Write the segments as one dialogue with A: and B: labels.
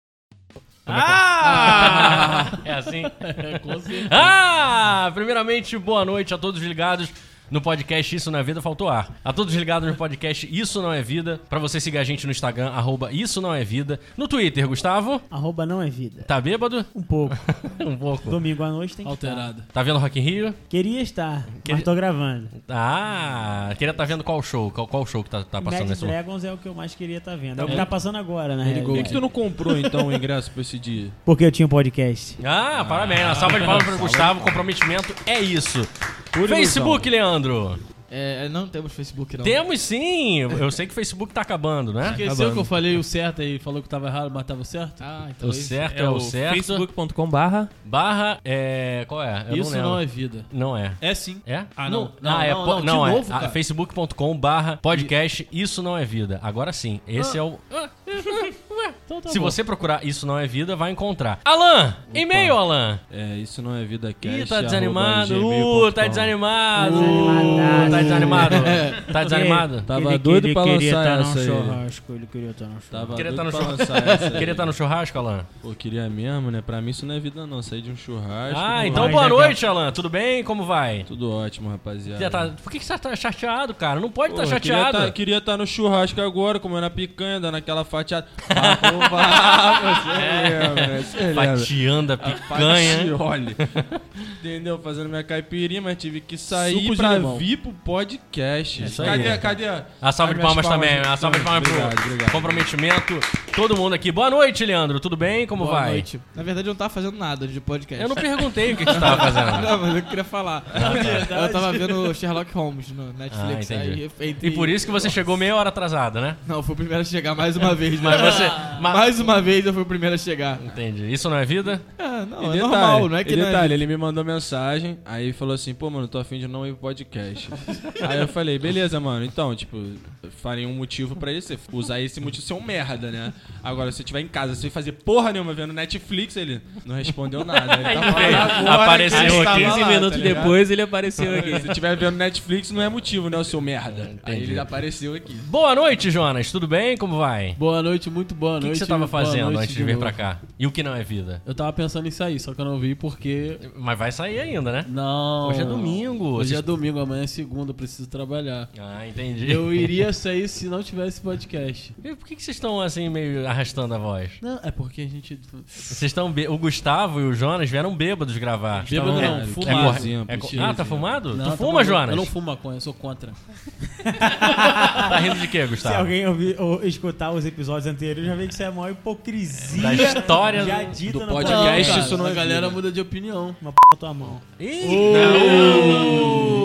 A: é
B: Ah! É assim?
A: Com certeza.
B: Ah! Primeiramente, boa noite a todos ligados no podcast Isso Não É Vida, faltou ar. A todos ligados no podcast Isso Não É Vida. Pra você seguir a gente no Instagram, arroba Isso Não É Vida. No Twitter, Gustavo.
C: Arroba não é vida.
B: Tá bêbado?
C: Um pouco.
B: Um pouco.
C: Domingo à noite tem que
A: Alterado.
B: Tá vendo Rock in Rio?
C: estar. Queria estar,
B: Queria-
C: mas tô gravando.
B: Ah, queria tá vendo qual show, qual, qual show que tá, tá passando
C: Mad
B: nesse momento.
C: Dragons é o que eu mais queria estar vendo. É o que tá passando agora, né?
A: Ele
C: realidade.
A: Por que, que tu não comprou, então, o ingresso pra esse dia?
C: Porque eu tinha um podcast.
B: Ah, parabéns. Uma salva de palmas pro Gustavo. Comprometimento é isso.
A: Pura
B: Facebook, Leandro.
D: É, não temos Facebook, não.
B: Temos sim. Eu sei que o Facebook tá acabando, né?
A: Esqueceu que eu falei o certo aí, falou que tava errado, mas tava certo?
D: Ah, então
B: O
D: esse-
B: certo é, o certo.
E: facebook.com barra
B: Barra é. Qual é? Eu
A: Isso
B: não,
A: não,
B: lembro.
A: é vida.
B: não é.
A: É sim.
B: É?
A: Ah, não.
B: Não, ah, é,
D: não,
B: po-
D: não, de
B: não, é.
D: novo, cara.
B: facebook.com barra podcast Isso Não É Vida. Agora sim, esse é o...
A: Então tá
B: Se
A: bom.
B: você procurar Isso Não É Vida, vai encontrar. Alan! E-mail, Alan!
A: É, isso não é vida cast,
B: Ih, tá
A: arroba
B: desanimado.
A: gmail.com.
B: Uh, tá desanimado.
C: Desanimadaço.
B: Tá desanimado. Tá desanimado.
A: Tava doido pra
C: queria
A: lançar
C: tá
A: essa
C: num
A: aí.
C: churrasco, ele queria estar no churrasco.
A: Tava
B: Queria
A: queria
B: tá no
A: no
B: churrasco. Queria tá- estar no churrasco, Alan?
A: Pô, queria mesmo, né? Pra mim isso não é vida não, sair de um churrasco.
B: Ah,
A: pô,
B: então
C: mais
B: boa
C: legal.
B: noite, Alan. Tudo bem? Como vai?
A: Tudo ótimo, rapaziada.
B: Já tá- Por que que você tá chateado, cara? Não pode
A: Pô,
B: estar
A: eu
B: chateado.
A: Queria tá estar no churrasco agora, comendo a picanha, dando aquela fatiada. Ah, pô, vá, você
B: É.
A: lembra, né? assim, Você lembra.
B: Fatiando a picanha.
A: Olha. Entendeu? Fazendo minha caipirinha, mas tive que sair
E: Suco de
A: pra
E: limão.
A: vir pro podcast.
B: É isso aí.
A: cadê, cadê?
B: A salva
A: As
B: Ah, de
A: minhas
B: palmas também.
A: de
B: A salva de palmas
A: obrigado,
B: pro
A: obrigado.
B: comprometimento. Todo mundo aqui. Boa noite, Leandro. Tudo bem? Como
D: Boa
B: vai?
D: noite. Na verdade, eu não tava fazendo nada de podcast.
B: Eu não perguntei o que que você tava fazendo.
D: Não, mas eu queria falar. eu tava vendo Sherlock Holmes no Netflix.
B: Ah, entendi.
D: aí, entre-
B: E por isso que você chegou meia hora atrasada, né?
D: Não, eu fui o primeiro a chegar mais uma vez. né?
B: Mas você. ma-
D: Mais uma vez eu fui o primeiro a chegar.
B: Entendi. Isso não é vida?
D: Ah,
A: E
D: não, é
A: detalhe,
D: normal, não é que
A: e
D: não é-
A: detalhe, ele me mandou mensagem, aí falou assim, pô, mano, tô afim de não ir pro podcast. aí eu falei, beleza, mano, então, tipo, eu falei um motivo pra isso, usar esse motivo, você é um merda, né? Agora, se você estiver em casa sem fazer porra nenhuma vendo Netflix, ele não respondeu nada. Ele tá falando agora
B: Apareceu
A: que ele
B: aqui.
A: tava lá,
E: 15 minutos
A: tá ligado?
E: depois ele apareceu aqui.
A: Se estiver vendo Netflix, não é motivo, né, o seu merda. Aí ele apareceu aqui.
B: Boa noite, Jonas. Tudo bem? Como vai?
E: Boa noite, muito boa
B: O que, que você tava fazendo antes de vir pra cá? E o que não é vida?
E: Eu tava pensando em sair, só que eu não vi porque.
B: Mas vai sair ainda, né?
E: Não.
B: Hoje é domingo.
E: Hoje é
B: Vocês-
E: domingo, amanhã é segunda, eu preciso trabalhar.
B: Ah, entendi.
E: Eu iria sair se não tivesse podcast.
B: E por que que vocês estão assim, meio arrastando a voz?
E: Não, é porque a gente.
B: Vocês estão. bê- O Gustavo e o Jonas vieram bêbados gravar.
E: Bêbado
A: Tá bom,
E: não,
A: cara,
B: É
A: que
E: fumado.
B: corre-
A: exemplo,
B: é co-
A: que
B: Ah, tá
A: exemplo.
B: fumado?
E: Não,
B: tu
E: tá
B: fuma,
E: maluco.
B: Jonas?
E: Eu não fumo maconha, eu sou contra.
B: Tá rindo de quê,
C: Se
B: Gustavo?
C: alguém ouvir, ou escutar os episódios anteriores, já vê que isso é a maior hipocrisia
B: Da história
C: já
B: do-
C: dita
A: do
C: no
A: podcast,
C: podcast.
A: isso não
E: a
A: é
E: galera muda de opinião.
C: Uma p*** na tua mão.
B: Ih,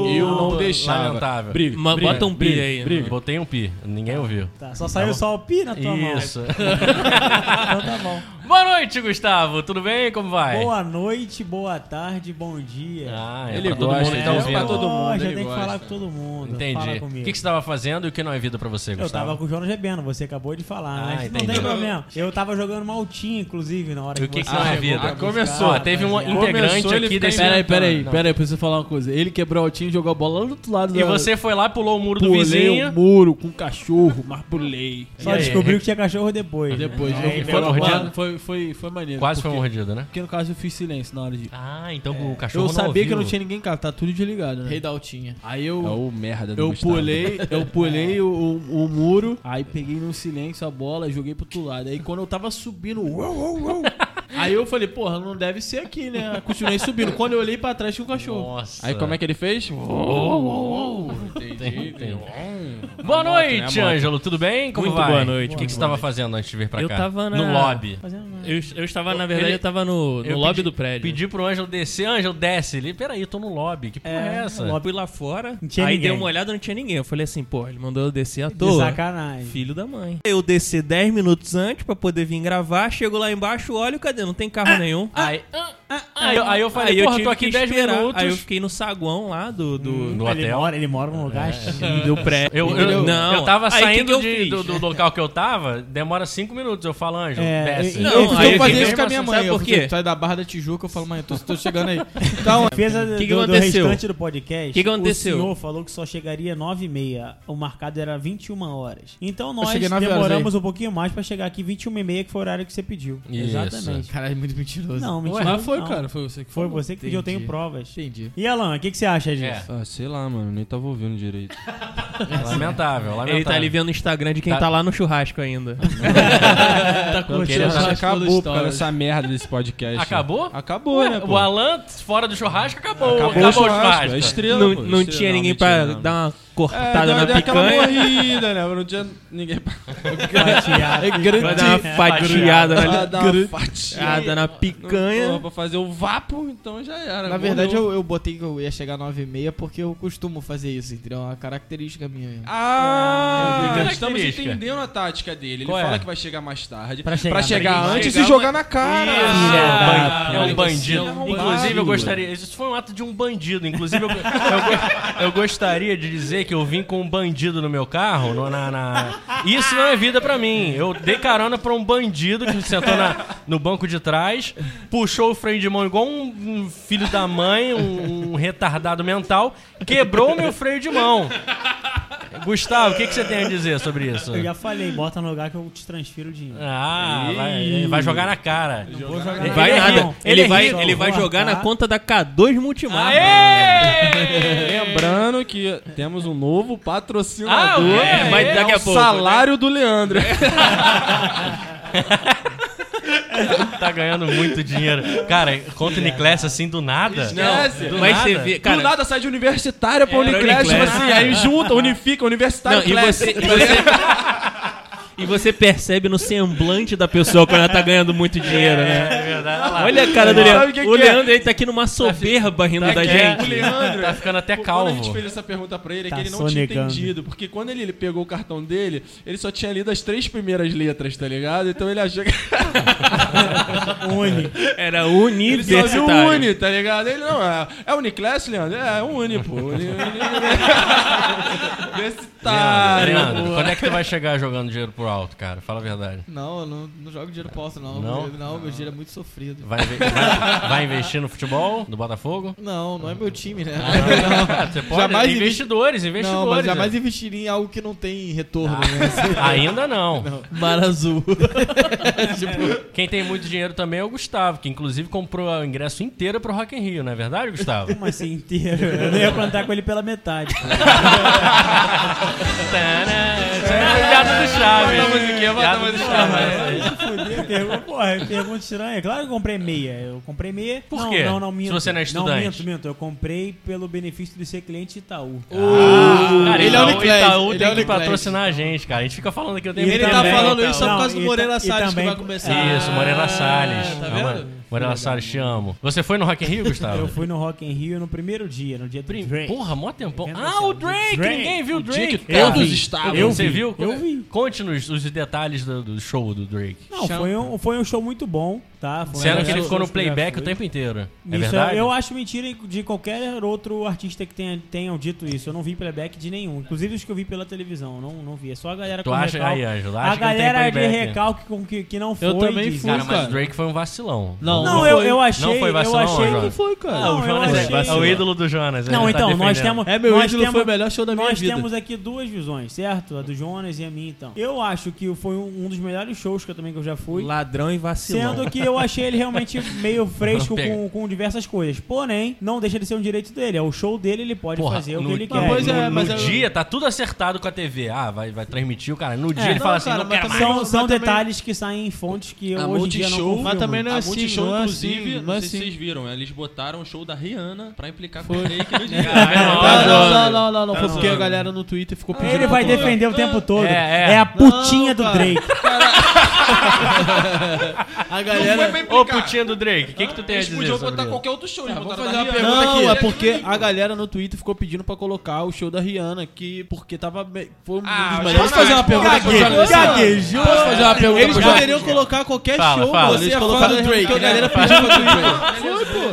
A: Eu não deixava.
B: Lamentável.
A: Briga,
E: Mas
A: briga,
E: bota um pi
A: briga,
E: aí, né?
A: Briga.
B: Botei um pi, ninguém ouviu.
C: Tá, só saiu só o pi na tua mão.
B: Isso.
C: Então tá bom.
B: Boa noite, Gustavo. Tudo bem? Como vai?
C: Boa noite, boa tarde, bom dia.
B: É. Ah, é
A: Ele
B: pra todo
A: gosta,
B: mundo que tá
A: é,
B: ouvindo.
A: pra todo mundo,
C: Ah, Já
A: ele
C: tem que
A: gosta.
C: falar com todo mundo. Fala
B: Entendi. O
C: comigo.
B: que, que você tava fazendo e o que não é vida pra você,
C: Eu
B: Gustavo?
C: tava com o Jonas bebendo, você acabou de falar,
B: Ah,
C: mas não
B: entendi.
C: tem problema. Eu tava jogando maltinha, inclusive, na hora
B: E
C: que,
B: o que, que
C: você...
B: não é
A: chegou
B: vida?
A: pra buscar, começou.
B: Ó, teve um
A: rapaziada.
B: integrante
A: Começou, ele
B: aqui
A: fica
B: desse.
E: Peraí, peraí,
B: Não.
E: peraí, eu preciso falar uma coisa. Ele quebrou o time, jogou a bola lá do outro lado
B: E
E: da-
B: você foi lá, pulou o muro do
E: Pulei
B: vizinho.
E: o muro com o cachorro, mas pulei.
B: E
C: Só
B: aí?
C: descobriu que tinha cachorro depois. né?
E: Depois,
C: Aí,
E: eu,
B: foi
E: foi,
C: pegou-
B: mordido?
E: mano, foi, foi, foi maneiro.
B: Quase foi
E: porque,
B: mordido, né?
E: Porque no caso eu fiz silêncio na hora de.
B: Ah, então o cachorro
E: Eu
B: não
E: sabia que
B: ouviu.
E: não tinha ninguém em casa, tá tudo desligado, né?
D: Rei da altinha. É.
E: Aí
A: É
E: eu.
A: o merda do
E: Eu
A: Gustavo.
E: pulei, eu pulei o, o- o muro, aí peguei no silêncio a bola, joguei pro outro lado. Aí quando eu tava subindo, uau, uau, uau, aí eu falei, porra, não deve ser aqui, né? Continuei subindo. Quando eu olhei pra trás, tinha um cachorro.
B: Nossa.
A: Aí como é que ele fez?
B: Tem- tem- Boa noite,
A: né, a moto?
B: Ângelo. Tudo bem? Como
F: Muito
B: vai?
F: boa noite,
B: O que, que você tava fazendo antes de vir pra
F: Eu
B: cá?
F: tava na-
B: No lobby.
F: Eu, eu estava, na verdade,
B: Ele-
F: eu estava no, no
B: Eu
F: lobby
B: pedi-
F: do prédio.
B: Pedi pro Ângelo descer. Ângelo, desce. Ele, peraí, tô no lobby. Que porra é, essa?
F: Fui lá fora,
C: Não tinha
F: aí
C: ninguém.
F: dei uma olhada não tinha ninguém. Eu falei assim, pô, ele mandou eu descer à
C: De
F: toa.
C: sacanagem.
F: Filho da mãe. Eu desci 10 minutos antes pra poder vir gravar, chego lá embaixo, olho, cadê? não tem carro nenhum.
B: Aí,
F: Ah,
B: aí, eu- aí eu falei,
F: Aí eu
B: porra,
F: tive
B: tô aqui
F: que
B: 10
F: esperar.
B: minutos. Hum.
F: Aí eu fiquei no saguão lá do... do...
B: No
C: ele,
B: hotel.
C: mora, ele mora num lugar chique.
F: Do pré.
B: Eu, eu,
F: Entendeu?
B: não. eu tava
F: Aí, que
B: saindo
F: que eu
B: de-
F: fiz?
B: do, do local que eu tava, demora 5 minutos. Eu falo, Anjo,
C: É,
B: desce.
C: e-
F: Não,
D: eu assim,
F: aí
D: costumo
F: eu
D: fazer
F: fiquei
D: isso com a
F: meio
D: minha
F: emocionado.
D: mãe.
F: Sabe
D: eu
F: por
D: fico-
F: quê?
D: Sai é da Barra da Tijuca, eu falo, mãe, eu tô, tô chegando aí. Então,
C: Defesa
F: que que
C: do, do
F: aconteceu?
C: restante do podcast.
F: Que que aconteceu?
C: O senhor falou que só chegaria 9h30. O marcado era 21 horas. Então nós
D: cheguei nove horas
C: demoramos um pouquinho mais pra chegar aqui 21h30, que foi o horário que você pediu.
B: Isso.
C: Exatamente.
D: caralho, é muito mentiroso.
C: Não, mentira.
D: Mas é foi,
C: não.
D: cara, foi você que
C: Foi
D: falou.
C: você que pediu, eu tenho
D: Entendi.
C: provas.
D: Entendi.
C: E Alan, o que, que você acha disso?
B: É.
A: Ah, sei lá, mano, nem tava ouvindo direito.
B: Lamentável, lamentável.
F: Ele tá ali vendo o Instagram de quem
B: Tá-
F: tá, lá no churrasco ainda.
D: É, Tá
B: querendo-
D: o churrasco todo
A: Acabou, cara,
D: stories.
A: essa merda desse podcast.
B: Acabou?
A: Acabou, né, pô?
B: O Alan, fora do churrasco, acabou.
A: Acabou, o churrasco. É estrela,
F: não
A: pô,
F: não
A: estrela,
F: tinha ninguém
A: mentira,
F: pra
A: não.
F: dar uma
A: É,
F: cortada
A: deu-
F: na
A: deu aquela
F: picanha.
A: morrida, né? Não tinha ninguém pra
C: Fatiado.
F: Vai dar uma fatiada
A: pra
F: na,
A: dar uma fatiada.
F: fatiada Ah, na
A: Porra,
F: picanha.
A: pra fazer o vapo, então já era.
D: Na verdade,
A: morreu.
D: eu, eu botei que eu ia chegar 9h30 porque eu costumo fazer isso, entendeu? É uma característica minha.
A: Ah,
B: Ah,
A: estamos
B: característica.
A: entendendo a tática dele. Ele
B: Qual é?
A: fala que vai chegar mais tarde.
C: Pra chegar
B: mais tarde.
A: antes
B: Chegar
A: e jogar
B: mais-
A: na cara.
B: Ah, é um
A: Você
B: bandido.
A: é um
B: Inclusive, eu
A: bandido.
B: gostaria. Isso foi um ato de um bandido. Inclusive, eu, eu- eu gostaria de dizer que eu vim com um bandido no meu carro. no- na, na- Isso não é vida pra mim. Eu dei carona pra um bandido que sentou na- no banco de trás, puxou o freio de mão igual um, um filho da mãe, um, um retardado mental, quebrou o meu freio de mão. Gustavo, o que, que você tem a dizer sobre isso?
C: Eu já falei, bota no lugar que eu te transfiro o dinheiro.
B: Ah, vai, vai jogar na cara.
C: Vou jogar-
B: Ele
F: Vai
B: é
F: nada.
B: rico,
F: ele,
B: ele é
F: vai,
B: rico.
F: ele vai
C: Vou
F: jogar na
C: marcar.
F: conta da K2 Multimar.
A: É. Lembrando que temos um novo
B: Ah,
A: patrocinador.
B: ué,
F: É, mas
B: é.
F: daqui
A: É
F: a
A: o
F: pouco. É,
A: salário do Leandro.
B: Tá ganhando muito dinheiro. Cara, conta Uniclass assim do nada.
A: Esquece.
B: do
F: Vai
B: nada.
F: ser ver,
A: do
F: cara.
A: nada sai de universitária pra
F: É,
A: Uniclass, tipo
F: Uniclass.
A: assim, aí junta, unifica, universitário
F: Não, e você, e você- e você percebe no semblante da pessoa quando ela tá ganhando muito dinheiro, né?
B: É verdade. Olha lá.
F: Olha a cara do
A: Sabe
F: Leandro.
A: o que
F: o
A: que é?
F: Leandro, ele tá aqui numa soberba rindo da
B: aqui,
F: gente.
A: O É, Leandro,
B: Tá ficando até
A: Quando a gente
B: calvo.
A: fez essa pergunta pra ele, é
C: Tá
A: que ele não tinha
C: sonegando.
A: entendido. Porque quando ele, ele pegou o cartão dele, ele só tinha lido as três primeiras letras, tá ligado? Então ele achou que
C: Une.
A: ele
F: Era
A: só viu
F: universitário.
A: o Uni, tá ligado? Ele não, é, é Uniclass, Leandro? É, é um Uni, pô. Uni, uni, uni. Universitário,
B: Leandro,
A: pô.
B: quando é que tu vai chegar jogando dinheiro pro alto, cara? Fala a verdade.
D: Não, eu não, não jogo dinheiro pro alto, não.
B: Não? Ah.
D: Meu- não, meu dinheiro é muito sofrido.
B: Vai, inve- vai- vai investir no futebol do Botafogo?
D: Não, não é meu time, né?
B: Ah, você pode?
D: Jamais investi-
B: investidores,
D: Não, mas
B: investidores. Ah,
D: jamais
B: é.
D: investiria em algo que não tem retorno, né?
B: Ainda não.
D: Mar azul.
B: Quem tem muito dinheiro também é o Gustavo, que inclusive comprou o ingresso inteiro pro Rock in Rio, não é verdade, Gustavo?
C: Como assim inteiro? Eu não ia contar com ele pela metade.
B: Piada do Chaves. Bota a musiquinha, bota a musiquinha.
C: Fudeu, pergunta, porra, pergunta estranha. Claro que eu comprei meia. Eu comprei meia.
B: Por
C: não,
B: quê?
C: Não, não, minto.
B: Se você não é estudante.
C: minto, minto. Eu comprei pelo benefício de ser cliente de Itaú.
B: Cara,
D: Ele é
B: Itaú,
D: Uniclass,
B: Itaú
D: ele
B: tem
D: é
B: que
D: Uniclass.
B: patrocinar a gente, cara. A gente fica falando que eu tenho
C: E
B: muito
D: Ele tá
B: dinheiro,
D: falando
B: Itaú.
D: isso só por causa do
C: e ta-
D: Moreira
C: e
D: Salles que
C: também-
D: vai começar.
B: Isso, Moreira Salles.
D: tá
B: Não, mano,
D: vendo?
B: Moreira Salles, te amo. Você foi no Rock in Rio,
C: Eu
B: Gustavo?
C: Ah, fui no Rock in Rio no primeiro dia, no dia do Drake.
B: Porra, mó tempão.
C: Vendo
B: Ah,
C: assim,
B: o
C: ó,
B: Drake!
C: Drake.
B: Ninguém viu o Drake.
A: dia que todos
B: cara.
A: estavam.
B: Eu Você
C: vi,
B: viu?
C: eu vi.
B: Conte-nos os detalhes do, do show do Drake.
C: Não,
D: Chama-
C: foi um, foi um show muito bom, tá? Foi um
B: Disseram
C: dos
B: que ele
C: shows
B: ficou no
C: eu já
B: playback o
C: fui.
B: tempo inteiro. É
C: Isso
B: verdade?
C: eu acho mentira de qualquer outro artista que tenha, tenham dito isso. Eu não vi playback de nenhum. Inclusive os que eu vi pela televisão. eu Não, não vi. É só a galera
B: Tu
C: com
B: acha
C: recalque.
B: aí, Ângelo?
C: A
B: Acha que não tem
C: galera de
B: playback?
C: recalque com que, que não foi.
D: Eu também
C: diz.
D: fui,
B: Cara, mas
D: cara.
B: o Drake foi um vacilão.
D: Não,
C: Não, eu, eu achei.
B: Não foi vacilão,
C: eu achei
B: Jonas?
C: que foi, cara.
B: Ah, o Jonas é, é o ídolo do Jonas.
C: Não,
B: ele tá
C: então, nós
B: defendendo.
C: temos.
D: É, meu
C: nós
D: ídolo
C: temos,
D: foi o melhor show da minha
C: Nós
D: vida.
C: temos aqui duas visões, certo? A do Jonas e a minha, então. Eu acho que foi um, um dos melhores shows que eu também que eu já fui.
F: Ladrão e vacilão.
C: Sendo que eu achei ele realmente meio fresco
B: Pega.
C: com, com diversas coisas. Porém, não deixa de ser um direito dele. É o show dele, ele pode
B: Porra,
C: fazer o
B: no-
C: que ele
B: Mas
C: quer.
D: pois é,
B: no,
D: mas
B: no
D: eu-
B: dia tá tudo acertado com a TV. Ah, vai, vai transmitir o cara. No dia ele
D: não,
B: fala assim,
D: cara,
B: não
D: mas
B: quero mais.
D: também-
C: São, são
D: mas também- É
C: detalhes que saem em fontes que eu
A: A
C: hoje em dia não
A: Multishow-
C: confio
D: Mas também
C: muito.
D: não é
A: a
D: assim,
A: Multishow,
D: não é
A: inclusive,
D: assim,
A: não
D: não é
A: sei se
D: assim.
A: vocês viram, eles botaram o show da Rihanna pra implicar com o Drake no dia.
E: Ah,
B: Caralho,
D: Ah, Não,
B: mano.
D: não, não, não, não, não.
F: Tá
D: Foi porque a
F: zoando.
D: é galera no Twitter ficou pedindo.
C: Ele vai
D: autógrafo.
C: defender o tempo todo.
B: É, é.
C: É, a putinha do
D: É, cara.
C: Drake.
A: Não foi pra
E: A galera.
B: Ô,
A: implicar.
B: putinha do Drake, o que, que tu tem a
A: Eles
B: dizer?
A: podiam
B: sobre
A: botar
B: isso?
A: qualquer outro show. eles
D: vou
A: botaram
D: fazer
A: da
D: uma
A: Rihanna.
D: pergunta
E: Não,
D: aqui.
E: é porque a galera no Twitter ficou pedindo pra colocar o show da Rihanna, que porque tava. me- Foi um
A: Ah,
E: dos melhores.
A: Posso fazer uma pergunta pro
E: Gaguejou.
C: Gaguejou.
D: Posso fazer uma pergunta
E: Eles
D: pro Jornal?
E: poderiam colocar qualquer
B: Fala,
E: show,
B: fala.
E: mano. Eles
D: Você é fã
E: colocaram
D: do
E: Rihanna,
D: Drake,
E: porque
D: né?
E: a galera pediu pra Drake.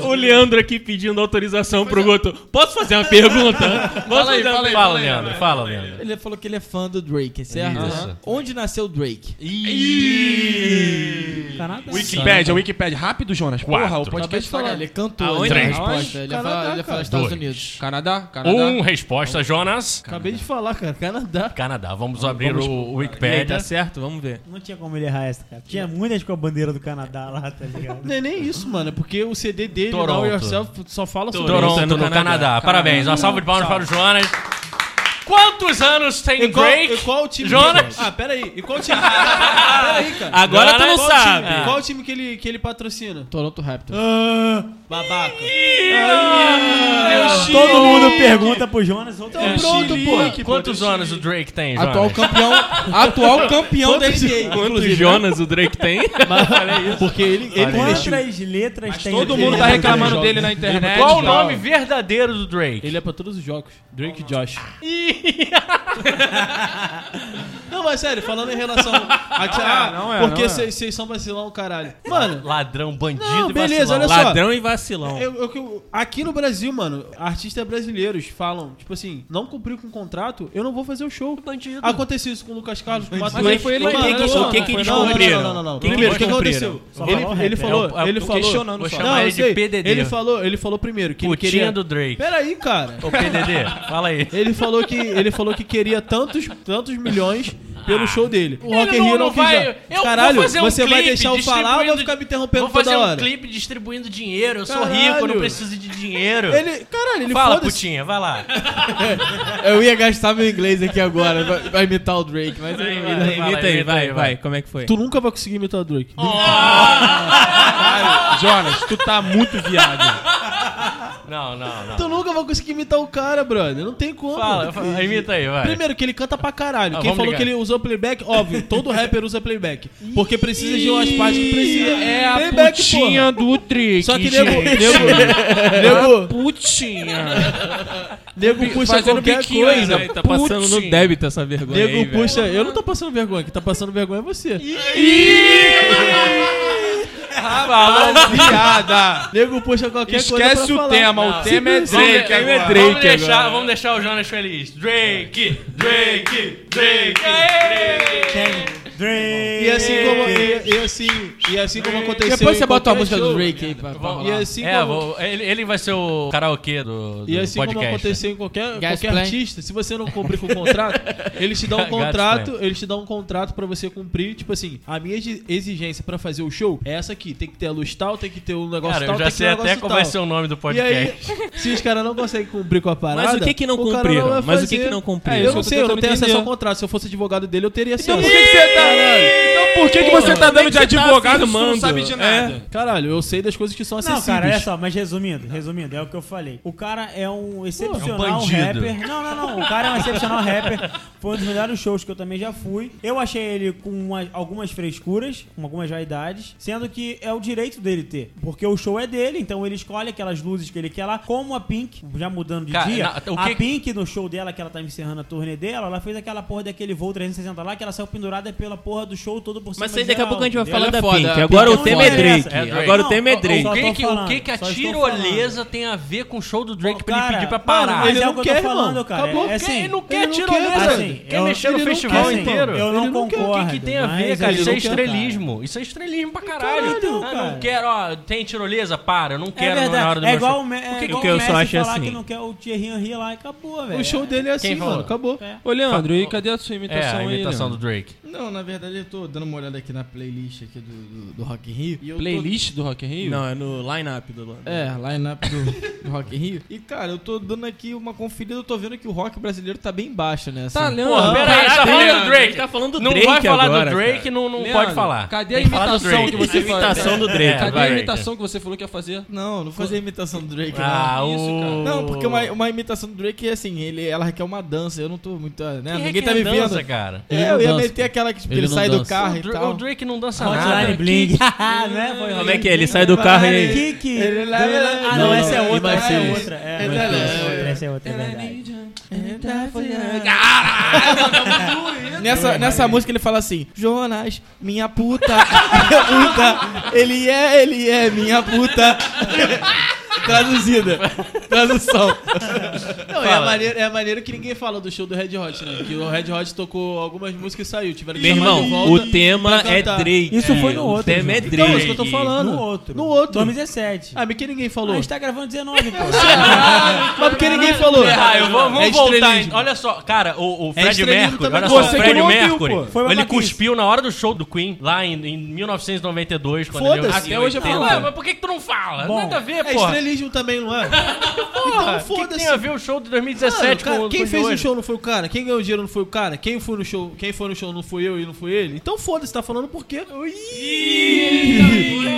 F: O Leandro aqui pedindo autorização pro Guto. Posso fazer uma pergunta? Posso
A: aí,
F: fazer uma
A: fala aí.
F: pergunta?
B: Fala, Leandro, fala, Leandro.
E: Ele falou que ele é fã do Drake, certo?
B: Isso.
E: Aham. Onde nasceu o Drake?
A: Ih!
C: Canadá.
A: Wikipedia, Wikipedia. Rápido, Jonas. Porra, o
B: Quatro.
A: podcast
D: Acabei de
A: tá
D: falar.
E: Ele cantou.
F: Aonde?
E: né?
B: Três.
D: Aonde?
E: Ele ia falar, ele ia falar Estados
B: Dois.
E: Unidos.
A: Canadá? Canadá?
B: Um, resposta, Jonas.
E: Acabei de falar, cara. Canadá.
B: Canadá. Vamos abrir o
E: É,
F: E aí, tá
B: Wikipedia.
F: certo? Vamos ver.
C: Não tinha como ele errar essa, cara. Tinha muitas com a bandeira do Canadá lá, tá ligado?
E: Não é nem isso, mano. É porque o CD dele,
B: Toronto.
E: Now Yourself, só fala sobre
B: Toronto,
F: Toronto,
B: no,
F: no
B: Canadá.
F: Canadá.
B: Parabéns. Uma salva de palmas para o Jonas. Quantos anos tem
E: E qual,
B: Drake?
E: e qual o time
B: Jonas?
E: Ah, peraí. E qual o time? peraí, cara.
F: Agora tu
B: Agora
F: não
B: é
F: sabe.
E: E Qual o time que ele, que ele patrocina?
D: Toronto Raptors.
A: Ah,
E: Babaca. Ah,
C: Todo mundo pergunta pro Jonas. outro-
A: É,
E: Então pronto, pô.
B: Quantos anos o Drake tem, Jonas?
D: Atual campeão, atual campeão da NBA.
F: Quantos
A: né?
F: Jonas o Drake tem?
E: Porque ele, ele investiu.
C: Quantas letras tem
A: Todo
C: o
A: mundo tá
B: é
C: Drake?
A: reclamando dele na internet.
B: Qual o
A: e tal.
B: nome verdadeiro do Drake?
E: é Ele é pra todos os jogos. Drake e Josh. Não, mas sério, falando em relação a que, ah,
A: não é,
E: porque
A: não é.
E: vocês são vacilão, caralho. Mano,
B: Ladrão, bandido
E: Não,
B: e
E: beleza,
B: vacilão.
E: olha só.
F: Ladrão e vacilão.
E: eu- eu- eu- aqui no Brasil, mano, artistas brasileiros falam, tipo assim, não cumpriu com o contrato, eu não vou fazer o show.
B: Bandido.
E: Aconteceu isso com o Lucas Carlos, com o Matheus.
A: Mas aí foi ele
E: Mano,
A: que-
E: olha
A: que-
E: só.
A: o que que
E: Não,
A: eles
E: não, não,
A: cumpriram?
E: Não, não, não.
A: Que que
E: Primeiro, o que
A: eles
E: aconteceu?
C: Só falou o
E: Ele,
C: rap,
E: ele
C: né?
E: falou,
B: É o- é
E: ele
B: o-
E: falou.
A: questionando
E: Não,
A: só.
E: eu
B: Chama ele de
E: sei.
B: PDD.
E: Ele falou, ele falou primeiro que ele
B: Putinha
E: queria.
B: do Drake.
E: Peraí, cara.
B: Ô, PDD, fala aí.
E: Ele falou que ele falou que queria tantos tantos milhões pelo show dele. O Rock in
B: não-
E: Rio
B: não
E: não quis.
B: vai-
E: já.
B: eu vou
E: Caralho,
B: fazer um
E: você vai
B: clipe
E: deixar eu falar ou vai
B: distribuindo-
E: ficar me interrompendo
B: Vou fazer
E: toda
B: um
E: hora?
B: clipe distribuindo dinheiro. Eu sou
E: Caralho.
B: rico, eu não preciso de dinheiro.
E: Ele, caralho, ele
B: fala,
E: foda-se.
B: putinha, vai lá.
D: Eu ia gastar meu inglês aqui agora vai- vai imitar o Drake, mas eu não
B: Fala,
F: Imita aí, vai, vai. Como é que foi?
E: Tu nunca vai conseguir imitar o Drake.
A: Jonas, tu tá muito viado.
B: Não, não, não.
E: Tu nunca vai conseguir imitar o cara, brother. Não tem como.
B: Fala, fala, imita aí, vai.
E: Primeiro que ele canta pra caralho.
B: Ah,
E: Quem
B: vamos
E: falou
B: ligar.
E: que ele usou playback, óbvio, todo rapper usa playback. Porque precisa de umas partes que precisa.
A: É a
E: playback,
A: putinha do Drake.
E: Só que nego,
A: gente.
E: nego, nego,
A: Putinha.
E: nego puxa
A: Fazendo
E: qualquer
A: biquinho
E: coisa.
A: ainda.
F: Tá passando no
A: Putin.
F: débito essa vergonha
E: Nego
F: aí, velho.
E: puxa. Eu não tô passando vergonha, que tá passando vergonha é você.
A: Falou viada.
E: Nego puxa qualquer coisa.
A: Esquece
E: pra
A: o
E: falar.
A: tema, o tema é Drake.
B: Vamos-
A: agora.
B: vamos deixar- Vamos deixar o Jonas feliz. Drake, Drake, Drake.
C: Drake.
E: E assim como, e, e assim, e assim como aconteceu.
D: Depois
E: em
D: você bota a
E: qualquer
D: música
E: show,
D: do Drake aí pra, pra
E: E
D: rolar.
E: assim
B: É,
E: como,
B: vou- ele, ele vai ser o karaokê do, do
E: E assim
B: podcast. né?
E: como aconteceu em qualquer,
D: Gas
E: qualquer
D: plan.
E: artista, se você não cumprir com o contrato, eles te dão um
B: Gas
E: contrato, eles te dão um contrato pra você cumprir, tipo assim, a minha exi- exigência pra fazer o show é essa aqui, tem que ter a luz tal, tem que ter um negócio
B: Cara,
E: tal,
B: eu já
E: tem que
B: sei
E: ter um
B: até
E: negócio
B: qual
E: tal.
B: vai ser o nome do
E: e aí,
B: podcast.
E: se os caras não conseguem cumprir com a parada,
F: Mas o que que não
E: o cara
F: cumpriram?
E: vai
F: Mas o que
E: fazer.
F: que não cumpriram?
E: É,
F: Isso
E: eu
F: eu
E: não
A: tô
E: sei, eu não
A: tentando
E: tenho acesso ao
A: entender.
E: contrato. Se eu fosse advogado dele, eu teria acesso.
A: Então por que que você tá Então por que que você tá dando de advogado, É. mano? Não sabe de nada.
E: Caralho, eu sei das coisas que são
C: Não,
E: acessíveis.
C: cara, olha só, mas resumindo, resumindo, é o que eu falei. O cara é um excepcional
B: É um bandido.
C: rapper. Não, não, não. O cara é um excepcional rapper. Foi um dos melhores shows que eu também já fui. Eu achei ele com uma- algumas frescuras, com algumas vaidades, sendo que é o direito dele ter. Porque o show é dele, então ele escolhe aquelas luzes que ele quer lá, como a Pink, já mudando de
B: Cara,
C: dia.
B: na- o
C: A
B: que-
C: Pink, no show dela, que ela tá encerrando a turnê dela, ela fez aquela porra daquele voo 360 lá, que ela saiu pendurada pela porra do show todo por cima
F: Mas aí
C: de
F: daqui a
C: geral.
F: pouco a gente vai
D: Ela
F: falar
D: é
F: da
D: foda,
F: Pink.
D: a Pink
F: Agora
D: é
F: o tema é
C: foda.
F: Drake.
B: É Drake.
F: Agora o
C: Não,
F: tema é
C: o- o-
F: Drake.
B: O
C: Só
B: que,
C: tô
B: que, o que que a
C: falando, só estou
B: tirolesa tem a ver com o show do Drake pra ele
C: Cara,
B: pedir pra
C: mano,
B: parar?
C: Mas
E: Ele
C: é
E: não
C: o que eu
E: quer,
C: tô falando,
E: irmão.
C: cara.
E: Acabou.
C: É assim,
B: Quem não quer
E: ele não quer,
B: tirolesa?
E: assim,
B: quer
C: eu-
B: mexer no
E: ele não
B: festival
E: quer,
B: inteiro?
C: Eu não
E: Ele não quer,
C: concordo.
B: O que, que tem a ver,
C: mas
B: cara?
C: ele
B: Isso é
C: não quer, cara.
B: estrelismo. Isso é estrelismo pra caralho.
C: Caralho, então,
B: ah, não
C: cara.
B: quero, ó, tem tirolesa? Para, eu não
C: É
B: quero não, na hora
C: verdade.
B: do
C: É
B: meu
C: igual
B: show.
C: o, Me é
F: O que-
C: igual
F: o que eu
C: o Messi
F: só acho é
C: falar
F: assim.
C: que não quer o Thierry Henry lá e acabou, velho.
E: O show dele é assim,
B: Quem falou?
E: mano. Acabou.
C: É.
A: Ô, Leandro, e cadê a sua
B: É,
A: imitação
B: a
A: aí,
B: imitação do
A: Leandro?
B: Drake.
D: Não, na verdade eu tô dando uma olhada aqui na playlist aqui do, do, do Rock in Rio. E eu tô-
A: Playlist do Rock in Rio?
F: Não, é no line-up do Londres.
D: É, line-up do, do Rock in Rio. E cara, eu tô dando aqui uma conferida, eu tô vendo que o rock brasileiro tá bem baixo, né?
A: Tá,
D: assim.
A: Leandro.
B: Pô, pera aí, tá falando do Drake.
F: Tá falando do
B: Não
F: Drake
B: vai falar
F: agora,
B: do Drake,
F: cara.
B: não, não
A: Leandro,
B: pode falar.
A: Cadê a
B: Tem que falar do
A: imitação
B: Drake.
A: que você
F: A imitação do Drake.
B: É,
A: Cadê
B: vai,
A: a
B: Drake.
A: imitação que você falou que ia fazer?
D: Não, não fazia imitação do Drake,
B: Ah,
A: Não, isso, cara.
B: o-
D: não. Não, porque uma, uma imitação do Drake é assim, ele, ela requer uma dança, eu não tô muito. ah, Né?
B: Que
D: Ninguém tá me
B: requendança,
D: vendo.
B: cara.
D: É, eu ia meter aquela que tipo,
E: Ele
D: ele,
E: não
D: sai do
E: dança.
D: carro
B: O,
D: e
B: Dra-
D: tal.
B: o Drake não dança
C: Hotline
B: nada.
C: Bling. né? Foi
F: Como é que é? Ele sai do carro e aí.
C: Kick.
D: Ele lá-
C: Ah,
E: Não,
C: não, essa é
E: não,
C: outra. Essa é
E: Imagine.
C: outra. É,
D: Ele
C: essa
D: lá-
C: é outra, essa é outra, é verdade.
F: tá
D: Nessa, nessa música ele fala assim: Jonas, minha puta, minha puta, ele é, ele é, minha puta. Traduzida. Tradução.
E: Não, é a, maneira, é a maneira que ninguém fala do show do Red Hot, né? Que o Red Hot tocou algumas músicas e saiu. Tiveram que
F: Meu
E: chamar de
F: irmão,
E: volta
F: o tema
E: pra
F: é
E: cantar.
F: Drake.
C: Isso foi no
F: O
C: outro.
F: tema é
C: João.
F: Drake.
E: Então, é isso que eu tô falando.
C: No outro.
E: No outro.
C: 2017.
E: Ah, mas que ninguém
C: Ah, a
E: falou.
C: gente tá gravando 19, pô.
D: Mas porque ninguém falou.
B: Ah, eu vou, vamos
D: É
B: voltar.
D: estrelismo.
B: Olha só, cara, o, o
E: É
B: Fred
E: estrelismo
B: Mercury,
E: também.
B: olha só,
E: Você
B: o
E: que
B: Fred
E: não ouviu,
B: Mercury,
E: pô.
C: Foi uma
B: ele
C: babaquice.
B: cuspiu na hora do show do Queen, lá em, em 1992, quando ele
E: Foda-se.
B: nasceu.
E: Até hoje eu
B: Ele,
E: falo.
B: Ué, mas por que, que tu não fala?
C: Bom,
B: Nada a ver,
E: É
B: pô.
E: estrelismo também, não é?
B: Porra, o
E: então
B: que, que
E: foda-se.
B: tem a ver o show de 2017
E: Mano, cara,
B: com o
E: quem
B: com
E: fez
B: de
E: o
B: hoje?
E: show não foi o cara? Quem ganhou dinheiro não foi o cara? Quem foi no show? Quem foi no show não foi eu e não foi ele? Então foda-se, tá falando por quê?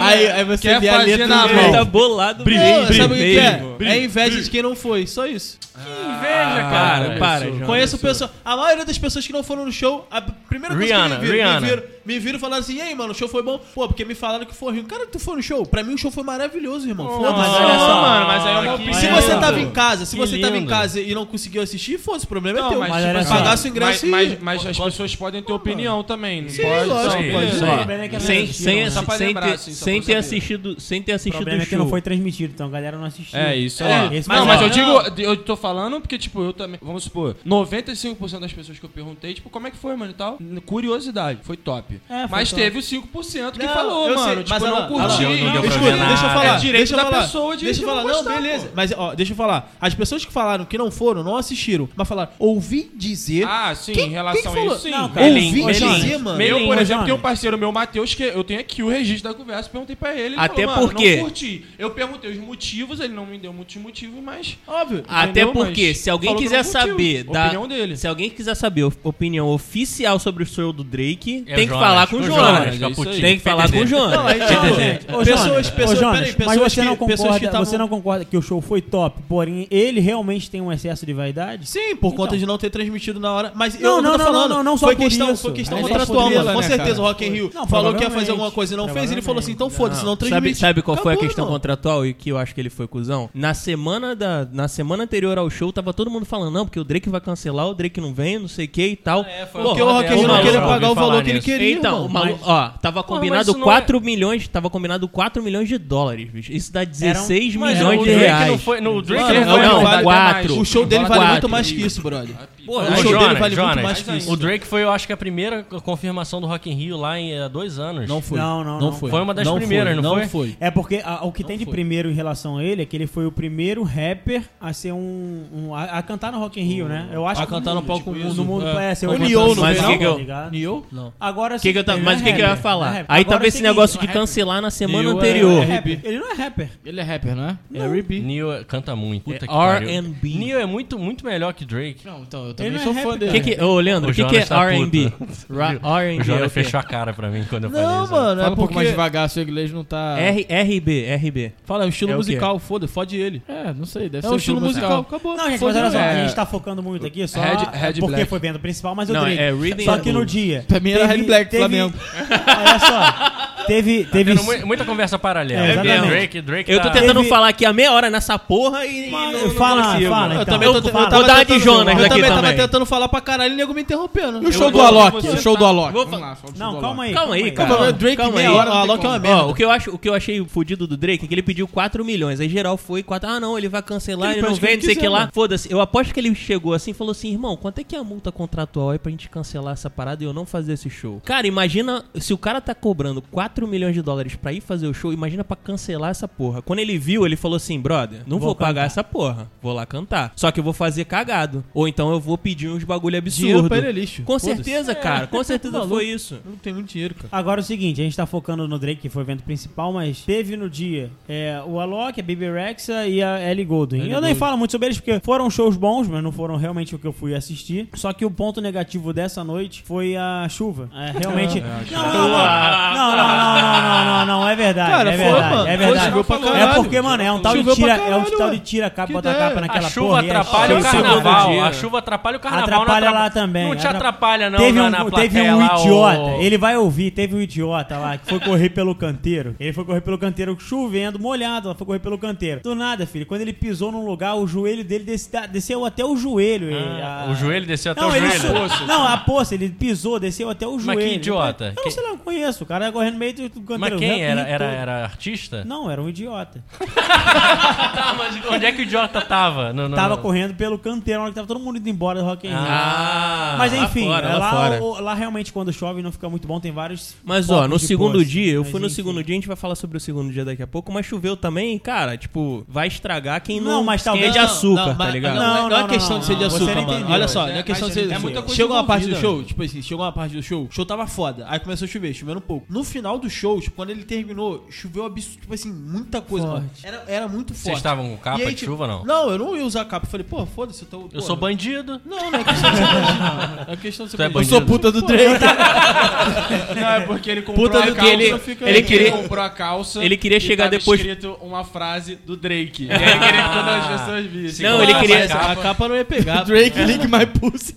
D: Aí, aí você
A: Quer
D: vê a
A: fazer
D: letra
A: na
D: do
A: mão.
F: Ele
D: meio.
F: tá bolado
E: Não,
F: mesmo.
E: sabe o que que é?
F: mesmo.
E: é inveja de quem não foi, só isso.
B: Inveja, cara.
F: Para, para, Jonas.
E: Conheço pessoa, a maioria das pessoas que não foram no show, a primeira coisa
B: Rihanna,
E: que me viram,
B: Rihanna.
E: me viram, me viram falando assim, e aí, mano, o show foi bom? Pô, porque me falaram que foi ruim. Cara, tu foi no show? Pra mim o show foi maravilhoso, irmão.
C: mas
E: Foda-se.
C: olha só.
A: mano, mas aí é uma
B: que
E: Se
C: Mas
E: você
C: é,
E: tava
C: pô.
E: em casa, se
B: Que
E: você tava em
B: lindo.
E: casa e não conseguiu assistir, foda-se, o problema é teu.
A: mas,
C: Mas
A: tipo
C: olha
A: assim,
C: só.
E: pagar seu ingresso
A: mas,
E: e...
A: mas, mas as pessoas podem ter opinião também. não
E: Sim,
A: pode?
E: lógico,
B: Sim,
E: pode.
B: isso
C: O
B: aí.
C: problema é que não
F: Sem,
C: assistiu,
F: sem,
C: né?
F: assi-
A: Só pra
F: sem
A: lembrar,
F: ter,
A: assim, só
F: sem
A: pra
F: ter
A: saber.
F: assistido, sem ter
C: O
F: assistido
C: problema
F: o
C: é que não
F: show.
C: foi transmitido, então a galera não assistiu.
A: É isso
C: É,
A: aí.
C: esse
A: Não,
C: foi
A: mas
C: só.
A: eu digo, eu tô falando porque, tipo, eu também. Vamos supor, 95% das pessoas que eu perguntei, tipo, como é que foi, mano e tal? Curiosidade, foi top.
C: É, foi
A: mas
C: top.
A: teve os 5% que
E: Não,
A: falou,
E: eu
A: mano.
E: sei,
A: tipo,
E: mas
A: não
E: Alan,
A: curti.
B: Alan, não deu pra
E: Escuta,
B: ver
E: deixa
B: nada.
E: eu falar.
A: É direito
E: deixa eu
A: da
E: falar.
A: pessoa de-
E: Deixa
A: de
E: eu
A: não
E: falar. Não,
A: gostar,
E: beleza.
A: pô.
E: Mas, ó, deixa eu falar. As pessoas que falaram que não foram, não assistiram, mas falaram, ouvi dizer.
A: Ah, sim,
E: Quem-
A: em
E: quem
A: relação a
E: falou?
A: isso, sim.
C: Não, cara.
E: ouvi
C: Melim,
E: dizer,
C: Melim.
E: mano.
A: Eu,
C: Melim,
A: por
C: ô,
A: exemplo, tenho um
C: Jonas.
A: parceiro meu, Matheus, que eu tenho aqui o registro da conversa, perguntei pra ele, ele
F: Até
A: falou, mano,
F: porque-
A: não curti. Eu perguntei os motivos, ele não me deu muitos motivos, mas
E: Óbvio.
F: Até
A: Entendeu?
F: porque,
A: Mas
F: se alguém
A: falou que
F: quiser
A: não curtiu.
F: saber da.
A: Opinião dele.
F: Se alguém quiser saber a opinião oficial sobre o show do Drake,
B: É o
F: tem que
B: Jonas,
F: falar com o Jonas.
B: Caputinho,
F: Tem que falar com o
B: PTT.
E: Ah,
F: Jonas.
E: é,
B: PTT.
C: Ô,
E: tipo, Pessoas-
C: Jonas,
E: pessoas-
C: ô, Jonas,
E: peraí, pessoas
C: mas você
E: que-
C: não
E: pessoas
C: concorda,
E: que tavam-
C: você não concorda que o show foi top, porém ele realmente tem um excesso de vaidade?
E: Sim, por conta
C: Então.
E: de não ter transmitido na hora. Mas
C: Não,
E: eu
C: não,
E: tô
C: não,
E: falando.
C: não, não, não só
E: foi
C: por
E: questão,
C: isso.
E: foi questão
C: Aí só
E: contratual,
C: por
E: mano.
A: isso,
E: Com
A: né,
E: certeza
A: cara?
E: o Rock in Rio
C: Não,
E: falou que ia fazer
C: provavelmente.
E: alguma coisa e não fez. Ele falou assim, então foda-se, não
F: Sabe,
E: transmite.
F: sabe qual foi a
E: Acabou,
F: questão
E: irmão.
F: contratual e que eu acho que ele foi cuzão? Na semana, da, na semana anterior ao show, tava todo mundo falando, não, porque o Drake vai cancelar, o Drake não vem, não sei o que e tal. Pô,
E: Porque o Rock in Rio não
B: maluco,
E: queria
B: eu
E: pagar o
B: ouvi
E: valor
B: falar
E: que ele
B: nisso.
E: queria.
F: Então,
E: irmão.
F: o maluco, ó, tava
B: mas
F: combinado
B: isso não
F: 4 milhões, tava combinado 4 milhões de dólares, bicho. Isso dá 16
B: Mas
F: milhões
B: o
F: de
B: Drake
F: reais.
B: não foi. No Drake
E: Mano, é
B: não
F: não,
B: foi.
F: não,
A: vale até
F: quatro.
A: mais.
E: O show dele vale
F: Quatro.
E: muito mais que isso, brother.
F: Porra,
E: o
B: Ô,
E: show
B: Jonas,
E: dele vale
B: Jonas,
E: muito mais que isso.
B: O Drake foi, eu acho que a primeira confirmação do Rock in Rio lá em eh, dois anos.
E: foi.
C: Não, não, não.
B: Foi uma das primeiras, não foi?
C: É porque a- o que tem de primeiro em relação a ele é que ele foi o primeiro rapper a ser um. um- a, a cantar no Rock in Rio, né? Eu acho
E: A cantar no palco
C: tipo,
E: mundo,
C: No mundo
E: é.
C: é, ser
E: O
C: cantor
E: Neo no
C: mundial,
F: Mas o que que eu-
C: tá ligado?
E: Neo? Não.
C: Agora
F: Que que eu
C: sim,
F: tava-
C: ele
F: mas o
C: não
F: que,
C: é
F: que eu ia
C: rapper,
F: falar?
C: não é rapper.
F: Aí
C: Agora é
F: tava
C: o
F: esse
C: seguinte,
F: negócio de
C: não é rapper.
F: cancelar na semana
E: Eu, é,
F: anterior.
E: é,
C: Rapper. Ele não é rapper.
D: Ele é rapper, não é?
E: É R&B.
B: Neo canta muito.
F: é
B: Puta que
F: R&B.
B: pariu. Neo é muito, muito melhor que Drake.
D: Não, então eu
C: Ele
D: também
C: não é
D: sou fã
C: rapper,
F: O
D: dele.
F: que que, ô, Leandro,
B: O
F: o que, que
B: Jonas
F: é
B: tá
F: R&B? Ra-
B: Viu?
F: R&B.
B: O Jonas
F: é o quê?
B: fechou a cara pra mim quando eu falei
E: Não,
B: isso.
E: mano,
D: Fala
E: é
D: um pouco mais
E: porque... É
D: devagar, seu inglês não tá.
F: R, RB, RB.
E: Fala, é um estilo
F: É o quê?
E: musical, foda, fode ele.
D: É, não sei, deve
E: É
D: ser.
E: um estilo musical, acabou.
C: Não, gente, mas
E: Fode
C: olha só,
E: ele.
C: a
D: é.
C: gente tá focando muito aqui só
A: Red- Red
C: porque
A: Black.
C: foi vendo principal, mas o
F: Não,
C: Drake.
F: é Reading
C: só
F: and
C: que no
F: Blue.
C: dia.
D: Pra mim era Red Black, Flamengo.
C: Olha só. Teve. teve
B: Tendo
E: é-
B: mu- muita conversa paralela.
C: É, exatamente.
B: Drake, Drake
F: Eu tô
B: tá-
F: tentando
C: Teve-
F: falar aqui a meia hora nessa porra e. e não- não
C: fala,
F: consigo.
C: fala.
E: Eu
C: então.
E: também tô-
C: Fala.
E: eu tava
F: Vou dar uma de
E: tentando-
F: Jonas
E: Eu
F: aqui
E: também tava
F: também.
E: tentando falar pra caralho e o nego me interrompendo.
D: E o show do Alok? O show do Alok.
F: Vou-
D: Vamos lá, fala do show
C: Não,
D: do
C: calma
D: Alok.
C: aí.
F: Calma aí,
E: Calma,
F: calma.
E: o Drake
F: calma
E: meia
F: aí.
E: hora,
D: Não
E: o
D: tem
E: Alok é uma
D: como.
E: merda.
F: Ó, o que eu acho, o que eu achei fudido do Drake é que ele pediu 4 milhões, aí geral foi 4, ah não, ele vai cancelar,
E: Ele
F: ele, não
E: pode o que
F: vem,
E: ele
F: não sei o que
E: quiser,
F: lá.
E: mano.
F: Foda-se. Eu aposto que ele chegou assim e falou assim: "Irmão, quanto é que é a multa contratual aí pra gente cancelar essa parada e eu não fazer esse show?". Cara, imagina se o cara tá cobrando 4 milhões de dólares pra ir fazer o show, imagina pra cancelar essa porra. Quando ele viu, ele falou assim: "Brother, não vou, pagar essa porra. Vou lá cantar. Só que eu vou fazer cagado, ou então eu vou pedir uns bagulho
E: Dinheiro
F: absurdo".
E: pra ele é lixo.
F: Com
E: Foda-se.
F: certeza, cara. Com certeza foi isso.
E: O maluco tem muito dinheiro, cara.
C: Agora é o seguinte, a gente tá focando no Drake, que foi o evento principal, mas teve no dia é, o Alok, a Baby Rexa e a Ellie Goulding. eu nem falo muito sobre eles, porque foram shows bons, mas não foram realmente o que eu fui assistir. Só que o
E: É,
C: ponto negativo dessa noite foi a chuva. É, realmente... Não, não, não, não, não, não, não, não, não, não, não, é verdade.
E: Cara,
C: é
E: foi,
C: verdade,
E: mano.
C: é
E: Foi,
C: verdade.
E: choveu pra
C: é
E: caralho.
C: porque, mano, é um tal de
E: Choveu pra
C: tira, é
E: caralho,
C: um tal de
E: ué.
C: tira capa,
E: Que
C: bota
E: ideia.
C: capa
E: A
B: A
C: naquela
B: chuva
C: porra. e é
B: atrapalha o
C: chato.
B: carnaval.
A: dia.
B: A chuva atrapalha o carnaval. não
C: Atrapalha lá
B: atrapa-
C: também,
B: Não te
C: atrapa-
B: atrapalha, não,
C: teve
B: na,
C: um,
B: na plateia.
C: teve um
B: lá, o-
C: idiota, ele vai ouvir, teve um idiota lá que foi correr pelo canteiro. Ele foi correr pelo canteiro chovendo, molhado, ela foi correr pelo canteiro. Do nada, filho, quando ele pisou num lugar, o joelho dele desce- desceu até o joelho. ele-
B: Ah,
C: a-
B: O joelho desceu até
C: não,
B: o
C: ele
B: joelho.
C: su- Não, a poça, ele pisou, desceu até o joelho.
B: que idiota.
C: Eu não
B: Quem-
C: sei lá, não conheço. O cara é correndo no meio do canteiro.
B: Mas
C: reto,
B: quem era?
C: irritou.
B: Era, era artista?
C: Não, era um idiota.
B: Tá, mas onde é que o idiota tava? Não, não,
C: tava
B: não.
C: correndo pelo canteiro, na hora que tava todo mundo indo embora do Rock in Rio.
B: Ah,
C: Mas enfim, é
E: fora, lá
C: lá,
E: fora.
C: o- lá realmente quando chove não fica muito bom, tem vários.
F: Mas
C: focos
F: ó, no
C: de
F: segundo
C: pose.
F: dia, eu
C: Mas,
F: fui no
C: enfim.
F: segundo dia, a gente vai falar sobre o segundo dia daqui a pouco, mas choveu também, cara, tipo, vai estragar quem não.
C: Não, mas talvez
F: de
C: não,
F: açúcar, tá
E: mas-
F: ligado?
E: Não,
C: Não,
E: não, não é
C: não,
E: questão
C: não,
E: de ser de
C: não, você
E: açúcar,
C: não
E: mano.
C: entendeu,
E: Olha só,
A: mas
E: não
A: é-
E: é questão de
A: mas
E: ser.
A: é muita coisa
E: chegou uma parte do
A: envolvida,
E: show, tipo assim, chegou uma parte do show, o show tava foda. Aí começou a chover, chovendo um pouco. No final do show, tipo, quando ele terminou, choveu absurdo, tipo assim, muita coisa, mano. Era, era muito forte.
B: estavam com capa
E: E
C: tipo,
B: de chuva, não?
E: Não, eu não ia usar capa. Eu Falei, pô, foda-se, eu tô.
B: Eu sou
E: bandido.
B: bandido.
E: Não, não é questão de ser bandido. É questão de ser
B: Tu é
E: bandido.
B: bandido.
D: do trem.
A: Não, é porque ele comprou
E: Puta
A: a
E: do
A: calça.
E: que ele-
A: fica-
F: ele queria-
A: comprou a calça.
F: ele queria
A: e
F: chegar
A: tava
F: depois-
A: escrito uma frase do Drake. E aí ele queria que todas as pessoas vissem.
F: Não, ele
A: Ah,
F: queria-
A: mas a
E: A
A: capa-
E: capa não ia pegar.
D: Drake, lick my pussy.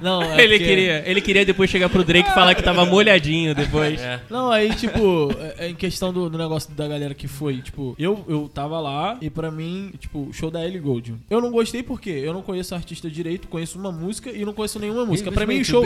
E: Não, é
F: Ele
E: porque-
F: queria, ele queria depois chegar pro Drake e falar que tá tava molhadinho depois.
E: Não, aí, tipo, é- é em questão do, do negócio da galera que foi, tipo, eu, eu tava lá e pra mim, tipo, o show da Ellie Gold. Eu não gostei porque eu não conheço a artista direito, conheço uma música e não conheço nenhuma música. Pra mim o show,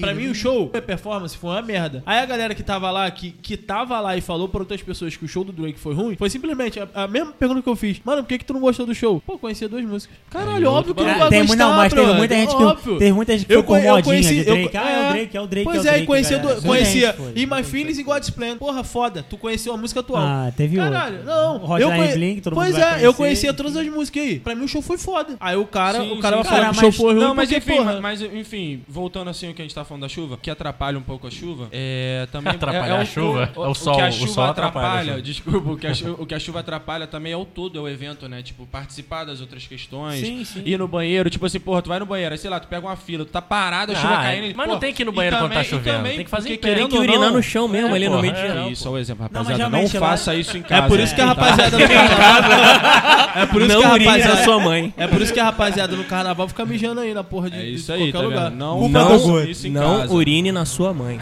E: pra mim o show, a performance foi uma merda. Aí a galera que tava lá, que, que tava lá e falou pra outras pessoas que o show do Drake foi ruim, foi simplesmente a, a mesma pergunta que eu fiz. Mano, por que que tu não gostou do show? Pô, conhecia duas músicas. Caralho, óbvio que não vai
C: É, tem, mu-
E: gostar,
C: não, mas teve
E: brother,
C: muita gente que.
E: óbvio.
C: Teve muita gente que foi
E: Eu, co-
C: por
E: eu
C: Tipo, modinha
E: conheci.
C: de
E: eu-
C: Drake. ah, é o Drake, é o Drake.
E: Pois
C: é, o
E: é,
C: Drake,
E: e conhecia,
C: galera.
E: do-
C: Muita
E: conhecia
C: gente foi,
E: In My
C: muita gente
E: Feelings e God's Plan. Porra, foda. Tu conheceu a música atual.
C: Ah, teve outra.
E: Caralho, não.
C: Hotline
E: eu conhe-
C: Bling, todo mundo
E: pois
C: vai
E: é, eu
C: conhecer,
E: conhecia
C: enfim.
E: todas as músicas aí. Pra mim o show foi foda. Aí o cara,
A: Sim,
E: o cara
A: sim,
E: vai falar
A: cara,
E: que o show
C: mas-
E: foi ruim
A: Não, mas
E: porque,
A: enfim,
E: porra,
A: mas, mas, enfim, voltando assim o que a gente tá falando da chuva, que atrapalha um pouco a chuva, é também
B: Atrapalhar
A: é, é o-
B: a chuva?
A: O,
B: É o
A: O
B: sol,
A: que a
B: o
A: chuva
B: sol atrapalha
A: atrapalha,
B: a chuva.
A: desculpa, o que, a chuva, o que a chuva atrapalha também é o todo, é o evento, né? Tipo, participar das outras questões,
C: Sim, sim.
A: ir no banheiro, tipo assim, porra, tu vai no banheiro, aí, sei lá, tu pega uma fila, tu tá parado, a chuva
B: Ah,
A: caindo.
B: mas não
A: porra,
B: tem que ir no
A: e
B: banheiro quando tá
A: também- e
B: chovendo,
A: também
B: tem que fazer em
A: porque,
B: pé.
A: querendo
F: Tem que
A: ou
F: urinar
A: não-
F: no chão mesmo, ali no meio de
B: porra, é,
F: geral.
A: Isso é o exemplo,
C: mas
A: rapaziada. Não,
C: realmente, lá-
A: faça isso em
E: É
A: casa.
E: por isso que a
A: tá?
E: rapaziada no carnaval. É por isso que a
F: Não urine na
E: rapaziada.
F: sua mãe.
E: É por isso que a rapaziada no carnaval fica mijando aí na porra de,
A: É
E: de
A: isso aí,
E: qualquer
A: tá
E: lugar.
A: vendo? Não,
C: Culpa do
A: não,
C: gordo.
A: isso em
F: Não
A: casa.
F: urine na sua mãe.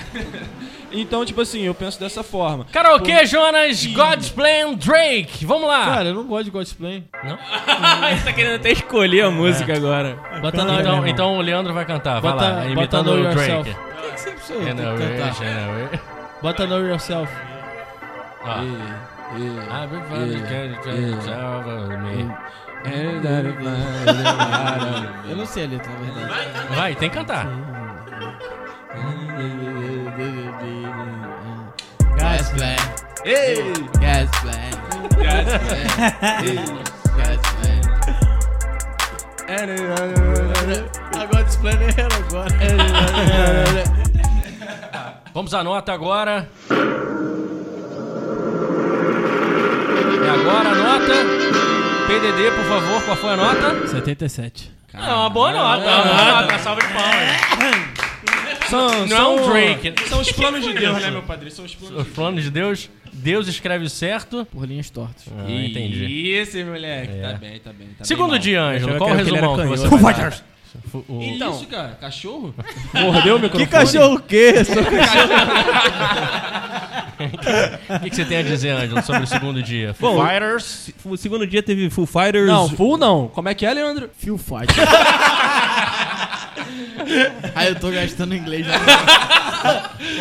A: Então, tipo assim, eu penso dessa forma.
B: Karaokê, Jonas, God's Plan, Drake. Vamos lá.
E: Cara, eu não gosto de Godsplan.
F: Ele tá querendo até escolher a música agora.
E: Bota na
B: então, então o Leandro vai cantar, vai
E: Bota-
B: lá,
E: bota
B: imitando
E: Know
B: o
E: Yourself.
B: Drake.
E: Por que que você precisa
D: É,
B: I know it,
E: cantar?
B: I know it.
E: Bota Know Yourself.
B: Ó. Everybody can just over me.
E: Eu não sei a letra, na verdade.
B: Vai, tem que cantar.
D: Gas plan. Gas plan. Gas plan.
E: Agora Godsplan era agora.
B: Vamos à nota agora. E É agora a nota. PDD, por favor, qual foi a nota?
E: 77.
B: é uma boa nota. Uma boa nota, salva de palmas.
A: São,
B: Não é um Drake.
A: São os planos de Deus, né, meu padre? São os planos
B: Os planos de Deus, Deus escreve o certo.
E: Por linhas tortas.
D: É.
B: Ah, entendi.
A: Isso, moleque.
B: É.
A: Tá bem, tá bem. Tá
B: Segundo
A: bem
B: dia, Ângelo,
F: Eu
B: qual o
F: achava que ele
B: resumão que
F: era
B: você
F: canhoto.
B: vai dar?
A: mal. Que
B: Então,
A: isso, cara? Cachorro?
E: Mordeu o microfone.
D: Que cachorro o quê?
B: o que, que você tem a dizer, Ângelo, sobre o segundo dia? Foo
F: Bom,
B: Fighters.
F: O segundo dia teve Full Fighters.
E: Não, full não. Como é que é, Leandro?
D: Fio fight. Ai, eu tô gastando inglês. né?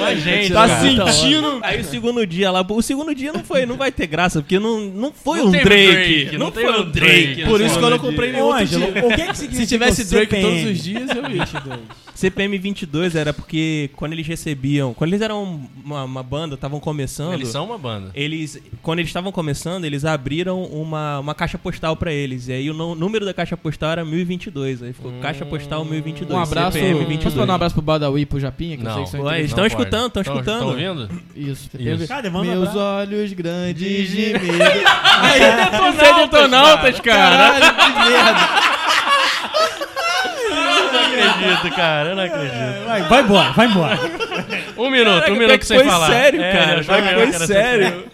B: Ué, gente,
E: tá
B: cara.
E: sim.
F: Aí o segundo dia lá, o segundo dia não foi, não vai ter graça, porque não, não foi
B: Não
F: um
B: teve
F: Drake,
B: Drake,
F: não,
B: não teve
F: foi
B: um
F: um Drake.
B: Drake.
E: Por isso que eu não comprei nenhum
C: Ô,
E: outro
C: Ângelo,
E: dia.
C: o que que significa
E: Se tivesse
C: o
E: Drake
C: CPM?
E: todos os dias, eu ia.
F: CPM 22 era porque quando eles recebiam, quando eles eram uma, uma banda, estavam começando,
B: Eles são uma banda.
F: eles- quando eles estavam começando, eles abriram uma, uma caixa postal pra eles. E aí o nu- número da caixa postal era 1022. Aí ficou caixa postal 1022.
E: Um abraço.
F: CPM
E: Posso
F: 22.
E: mandar um abraço pro Badawi e pro Japinha? Que
B: Não.
E: eu sei que são
F: Ué,
E: inteligentes.
F: eles tão escutando, tão
B: Tão-
F: escutando.
B: Tão ouvindo?
E: Isso.
B: Isso.
C: Cara, manda
D: Meus
C: abraço.
D: olhos grandes de medo.
F: Aí detonautas, é detonautas, cara.
D: Caralho, que merda.
B: Eu não acredito, cara, eu não acredito.
C: Vai, vai embora, vai embora.
B: Um minuto,
D: Caraca,
B: um
D: pior
B: minuto
D: que
B: sem
D: foi
B: falar.
D: sério,
B: É,
D: cara.
B: eu já
D: pior que
B: vi,
D: Foi
B: cara,
D: sério.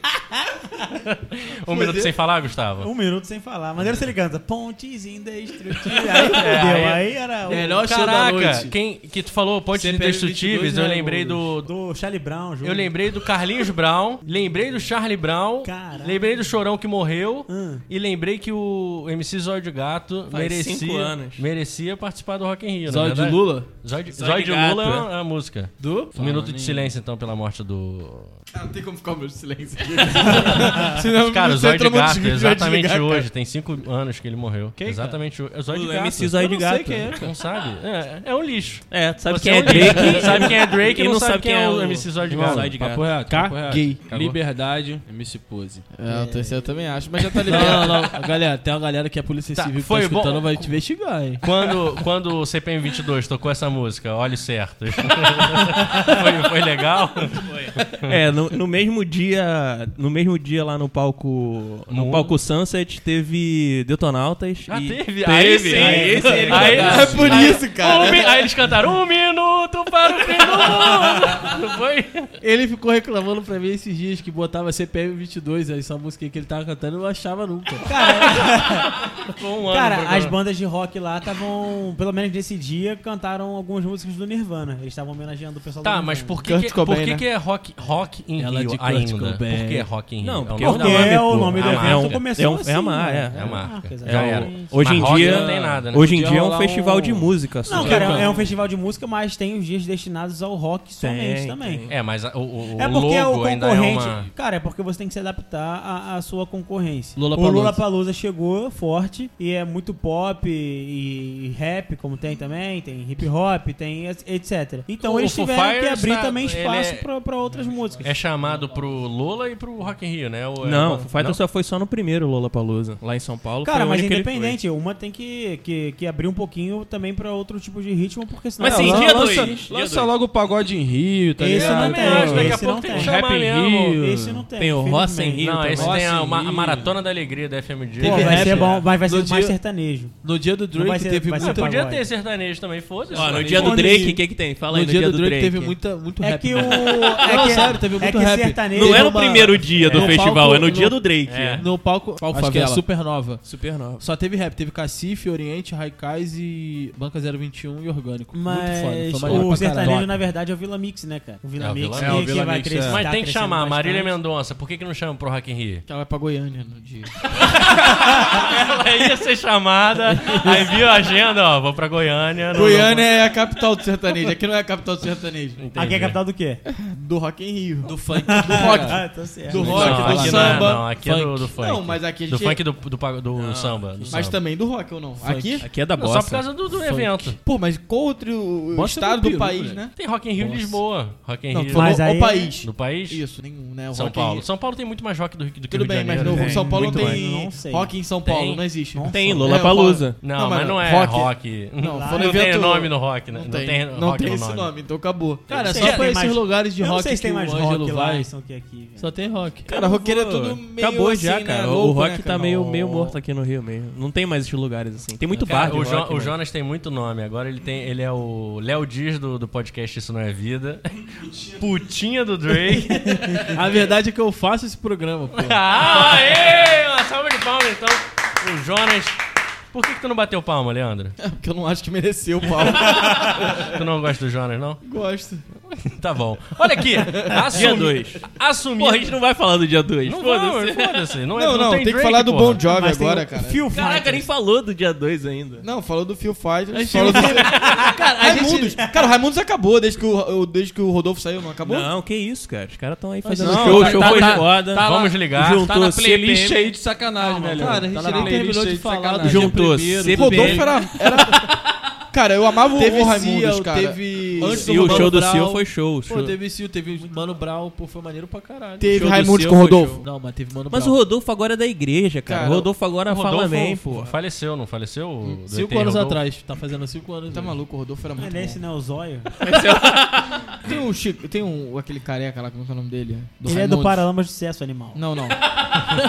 B: Um minuto sem falar, Gustavo?
C: Um minuto sem falar. Maneiro se ele canta. Pontes indestrutíveis. Aí fudeu. É, Aí era o
B: é,
E: Melhor show da
B: Caraca,
E: noite.
B: quem que tu falou Pontes
E: CPM
B: Indestrutíveis,
E: 22,
B: eu
E: né,
B: lembrei do,
C: do Charlie Brown junto.
B: Eu lembrei do Carlinhos Brown, lembrei do Charlie Brown,
C: Caraca.
B: lembrei do Chorão que morreu
C: Hum.
B: e lembrei que o MC Zóio de Gato
F: Faz
B: merecia,
F: cinco anos.
B: merecia participar do Rock in Rio,
E: Zóio de Lula?
B: Zóio de,
E: Zóio
B: Zóio de
E: de Gato,
B: Lula é uma- é a música.
E: Do?
B: Um minuto de silêncio, então, pela morte do...
D: Não tem como ficar o meu silêncio.
E: Senão
B: Cara, o
E: você
B: Zóio de
E: entra muito
B: Gato,
E: desligar,
B: exatamente
E: desligar,
B: hoje. Tem cinco anos que ele morreu. exatamente hoje. É o Zóio de
F: O
B: Gato.
F: MC Zóio de
E: Eu não sei
F: Gato.
E: quem é.
B: Não sabe? É, é um lixo.
F: É, tu sabe
B: Você
F: quem é
B: um lixo.
F: Drake.
B: sabe quem é Drake e não, sabe quem é o
F: MC
B: MC Zóio de Gato.
A: Irmão, papo reto, papo reto.
D: Caguei.
A: Liberdade, MC Pose.
E: É, o terceiro eu também acho, mas já tá
F: Não,
E: liberado.
F: não, não. Galera, tem uma galera que é polícia
B: Tá,
F: civil que tá
B: foi bom.
F: escutando, vai te investigar, hein?
B: Quando, quando o CPM 22 tocou essa música, Olhos Certos, foi, foi legal?
F: É, no, no mesmo dia, no mesmo dia lá no palco, no
B: Mundo.
F: palco Sunset teve Detonautas
B: Ah,
F: e
B: teve? Aí sim! Aí, aí,
D: É por isso,
B: um
D: cara.
B: mi- aí eles cantaram um minuto para o fim do mundo! Não foi?
E: Ele ficou reclamando pra mim esses dias que botava CPM 22, essa música que ele tava cantando, eu não achava nunca.
B: Ficou um ano. no
C: Cara,
B: programa.
C: as bandas de rock lá estavam, pelo menos nesse dia, cantaram algumas músicas do Nirvana. Eles estavam homenageando o pessoal do
B: Tá,
C: Nirvana.
B: mas por que,
D: Kurt
B: que,
D: Cobain,
B: por que,
D: né?
B: que é rock, rock in
E: é
F: Ela
B: Rio
F: de Kurt
B: ainda?
F: Cobain.
B: Por que é rock in Rio?
F: Não,
B: É um
F: porque
B: nome?
C: Porque é o
F: pô.
C: nome do
B: É uma- é
C: evento
B: um-
C: começou
F: é um- é
C: assim,
F: uma-
C: né?
F: é,
B: É uma marca.
C: exato.
B: Já
F: É um-
B: era.
F: hoje
B: Mas
F: em
B: Ah, rock
F: dia-
B: não tem nada, né?
F: Hoje em
A: Podia
F: dia é um
A: rolar um-
F: festival de música só.
C: Não, cara, é um festival de música, mas tem os dias destinados ao rock somente
F: Tem,
C: também.
B: É, mas a- o, o, o
C: É porque
B: logo
C: o
B: ainda é
C: concorrente.
B: uma...
C: Cara, é porque você tem que se adaptar à, à sua concorrência.
E: Lollapalooza.
C: O Lollapalooza chegou forte e é muito pop e, e rap, como tem também, tem hip hop, tem et- etc. Então
B: O
C: eles
B: Foo
C: tiveram que
B: Fighters
C: abrir
B: tá-
C: também
B: ele
C: espaço
B: é-
C: pra, pra outras músicas.
B: É chamado pro Lola e pro Rock in Rio, né? Ou é-
F: Não, o Foo Fighters só foi só no primeiro Lollapalooza, lá em São Paulo.
C: Cara,
F: foi o
C: mas
F: único que ele
C: independente, uma tem que, que, que abrir um pouquinho também pra outro tipo de ritmo, porque senão.
F: Mas
C: Não,
F: sim,
C: não,
F: dia
A: lança,
F: dois, dia
A: Lança
F: dois.
A: logo o pagode em Rio, tá
C: Esse
A: ligado?
C: não
B: Também acho, daqui a
C: Esse
B: pouco
C: não
B: tem
C: tem.
B: que
A: Rap
B: chamar
A: em
B: mesmo.
A: Rio.
C: Esse não tem.
F: Tem o Ross em
C: infelizmente.
F: Rio.
B: Não,
F: também.
B: esse tem a,
A: Nossa,
B: ma- a
A: ih.
B: Maratona da Alegria da FMG.
C: Pô,
E: Teve
C: vai
E: rap,
C: ser bom,
E: né?
C: vai, vai
E: No
C: ser
E: dia-
C: mais sertanejo.
E: No dia do
C: vai
E: Drake
C: ser-
E: teve
C: vai ser
E: muita...
C: pagode.
B: Podia ter sertanejo também, foda-se.
F: Ó, no
B: mano.
F: dia do
C: Onde-
F: Drake, o que que tem? Fala aí,
E: No dia do Drake teve
F: muito
E: muita, muito
C: É
E: rap.
C: que o.
E: né?
C: É
E: Não,
C: que,
E: sério, teve
C: é
E: muito
C: que
E: rap.
C: sertanejo.
F: Não é no
E: uma-
F: primeiro dia do
E: no
F: festival,
E: palco-
F: é no dia
E: no-
F: do Drake.
B: É.
E: No palco,
A: Palco
E: acho que é
A: Favela.
E: Supernova.
F: Supernova.
E: Só teve rap, teve Cacife, Oriente, Raikais e Banca 021 e Orgânico.
C: Mas
E: muito foda, foi maneiro
C: o
E: pra caralho.
C: sertanejo, na verdade, é o Vila Mix, né, cara? O Vila
B: É, o
C: Mix
B: Vila
C: que-
A: Mix. É, o
C: que
A: Vila
C: vai
A: Mix,
C: crescer.
A: é.
B: Mas
C: tá
B: tem que
C: crescendo
B: chamar Marília
C: bastante.
B: Mendonça. Por que, que não chama pro Rock in Rio?
E: Que ela
D: é
E: vai pra Goiânia no dia.
B: Ela ia ser chamada, aí viu a agenda, ó, vou pra Goiânia. não-
D: Goiânia é a capital do sertanejo. Aqui não é a capital do sertanejo.
B: Entendi.
C: Aqui é a capital do quê?
D: Do Rock em Rio. Do
E: funk.
D: Do rock.
C: Ah, tá certo.
D: Do
B: Não,
D: rock, do
B: aqui não é,
D: samba.
B: não, aqui é do, do funk.
D: Não, mas aqui a
B: Do
D: gente-
B: funk do, do, pa- do samba. do
D: Mas
B: samba.
D: também do rock ou não? Aqui?
F: Aqui é da
B: Não, Só
F: bossa.
B: por causa do, do evento.
D: Pô, mas qual outro
E: Bossa é
D: estado do
E: vampiro,
D: país,
E: né?
D: né?
B: Tem Rock in Rio em Lisboa. Rock in
D: Não, tu
B: Rio
D: falou
C: Mas aí-
D: o país.
B: do é país.
D: Isso, nenhum, né? O
B: São
D: rock em
B: Paulo.
D: Rio.
B: São Paulo tem muito mais rock do que do que
D: Tudo
B: Rio de
D: bem, mas
B: Janeiro.
D: no
B: né?
D: São Paulo não
C: muito
D: tem
C: mais. Não sei.
D: rock em São Paulo,
B: Tem.
D: não existe. né?
F: Tem,
D: É,
F: Lollapalooza.
B: Não,
D: Não,
B: mas,
D: mas
B: não é
D: rock-
B: rock.
D: Não,
B: não,
D: foi um
B: tem
D: evento-
B: nome no rock, né?
D: Não tem,
B: rock
D: não tem
B: no
D: esse nome, então acabou.
E: Cara,
C: sei
E: só
C: se
E: pra
C: tem
E: esses
C: mais-
E: lugares de
C: Eu não
E: rock
C: sei se tem
E: que
C: mais
E: o Ângelo
C: rock lá
E: vai.
C: em São que aqui. velho.
E: Só tem rock.
D: Cara, roqueiro é tudo meio
F: Acabou
D: assim,
F: já,
D: né?
F: cara. o
D: Novo,
F: rock
D: né,
F: tá
D: cara?
F: meio, meio morto aqui no Rio mesmo. Não tem mais esses lugares assim. Tem muito
B: Cara,
F: bar. de
B: o, Jo-
F: rock,
B: o
F: mas-
B: Jonas tem muito nome. Agora ele tem, ele é o Léo Dias do, do podcast Isso Não É Vida. Putinha do Drake.
E: A verdade é que eu faço esse programa, pô.
B: ah, aê! Uma salva de palmas, então. O Jonas... Por que, que tu não bateu palma, Leandro?
D: É, Porque eu não acho que mereceu o Paulo.
B: Tu não gosta do Jonas, não?
D: Gosto.
B: Tá bom. Olha aqui. Assumi...
F: dois.
B: Assumir...
F: Porra, a gente não vai falar do dia 2.
B: Não
F: Foda-se.
B: vamos, foda-se. Não, é-
D: Não, não, tem, que
B: Drake,
D: falar do
B: porra.
D: Bon Jovi
C: Mas tem
D: agora,
C: o
D: cara.
C: Foo
F: Caraca, nem
C: Fighters.
F: falou do dia 2 ainda.
D: Não, falou do Phil Fighters, falou do... cara, Raimundos. Cara, o Raimundos acabou desde que o, o- desde que o Rodolfo saiu, não acabou?
F: Não, que isso, cara. Os caras estão aí fazendo
E: não,
F: show,
E: tá-
F: show
E: tá-
F: foi
E: tá-
F: foda.
E: tá lá-
B: Vamos ligar.
E: Tá na
F: Juntou
E: playlist
F: CPM,
E: aí de sacanagem, velho.
D: cara, a gente
E: tá na
D: nem
E: playlist
D: terminou
E: aí
D: de falar do
A: né?
E: sacanagem.
F: juntou
E: Dia
D: O Rodolfo
F: CPM.
D: era, era- Cara, eu amava
E: Teve
D: o Raimundos,
E: Seal,
D: cara.
E: teve-
D: Antes do
F: Seal, o
D: Rodolfo
F: show do
D: Brau.
F: Seal foi show.
E: Pô,
F: show.
E: teve Sil, teve Mano Brown, pô, foi maneiro pra caralho.
D: Teve
E: Show do
D: Raimundos
E: Seal
D: com o
E: foi
D: Rodolfo.
E: show. Não, mas teve Mano
F: Mas o
E: Brown.
F: Rodolfo agora é da igreja, cara.
D: Cara,
F: o Rodolfo agora fala amém,
B: f-
F: pô.
B: faleceu, não faleceu? o do ET
E: Cinco anos
B: Rodolfo?
E: atrás, tá fazendo cinco anos.
D: Tá
E: né?
D: maluco, o Rodolfo era
C: Não é
D: muito
C: nesse,
D: bom.
C: né? O Zóio.
D: Tem um Chico, tem um, aquele careca lá, como é que é o nome dele? Do
C: Ele é
D: Raimundos.
C: do Paralamas do Sucesso, animal.
D: Não, não.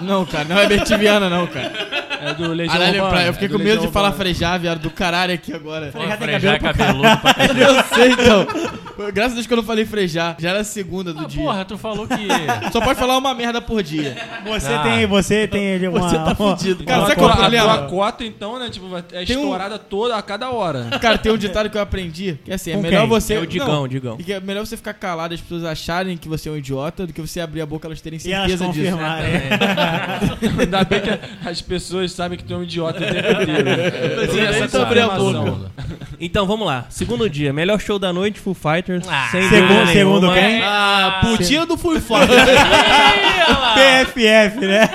D: não, cara, não é Bertiviana, não, cara.
E: É do Legião
D: Caralho,
E: Urbana,
D: eu fiquei
E: é
D: com
E: do
D: medo de
E: Legião
D: falar
E: Urbana.
D: frejar, viado, do caralho aqui agora.
B: Pô,
C: Frejá tem
B: Frejá é
C: cabelo
B: cabeludo pra
D: Eu sei, então. Graças a Deus que eu não falei frejar. Já era a segunda do
B: Ah,
D: dia.
B: porra, tu falou que.
D: Só pode falar uma merda por dia.
C: Você
B: Ah.
C: tem, você tem ali uma.
D: Você tá
C: uma-
D: fudido.
C: uma
D: Cara, sabe qual é o
C: conta-
D: problema?
A: A cota, então, né? Tipo, vai- é
D: Tem um-
A: estourada toda a cada hora.
D: Cara, tem um ditado que eu aprendi, que assim, é
C: Com
D: melhor
C: quem?
D: você...
F: É o Digão,
D: Não,
F: Digão.
D: E que é melhor você ficar calado e as pessoas acharem que você é um idiota do que você abrir a boca e elas terem
C: E elas
D: certeza disso. né?
C: confirmaram.
A: Ainda bem que as pessoas sabem que tu é um idiota o tempo inteiro. Tem
B: é
D: nem
A: essa
B: tá
D: tu abriu a
A: informação.
F: Então vamos lá. Segundo dia, melhor show da noite, Full Fighters.
B: Ah,
F: sem
C: segundo-
F: dúvida
C: segundo
F: nenhuma.
C: quem?
D: Ah, putinha do Fui Foda.
C: PFF, né?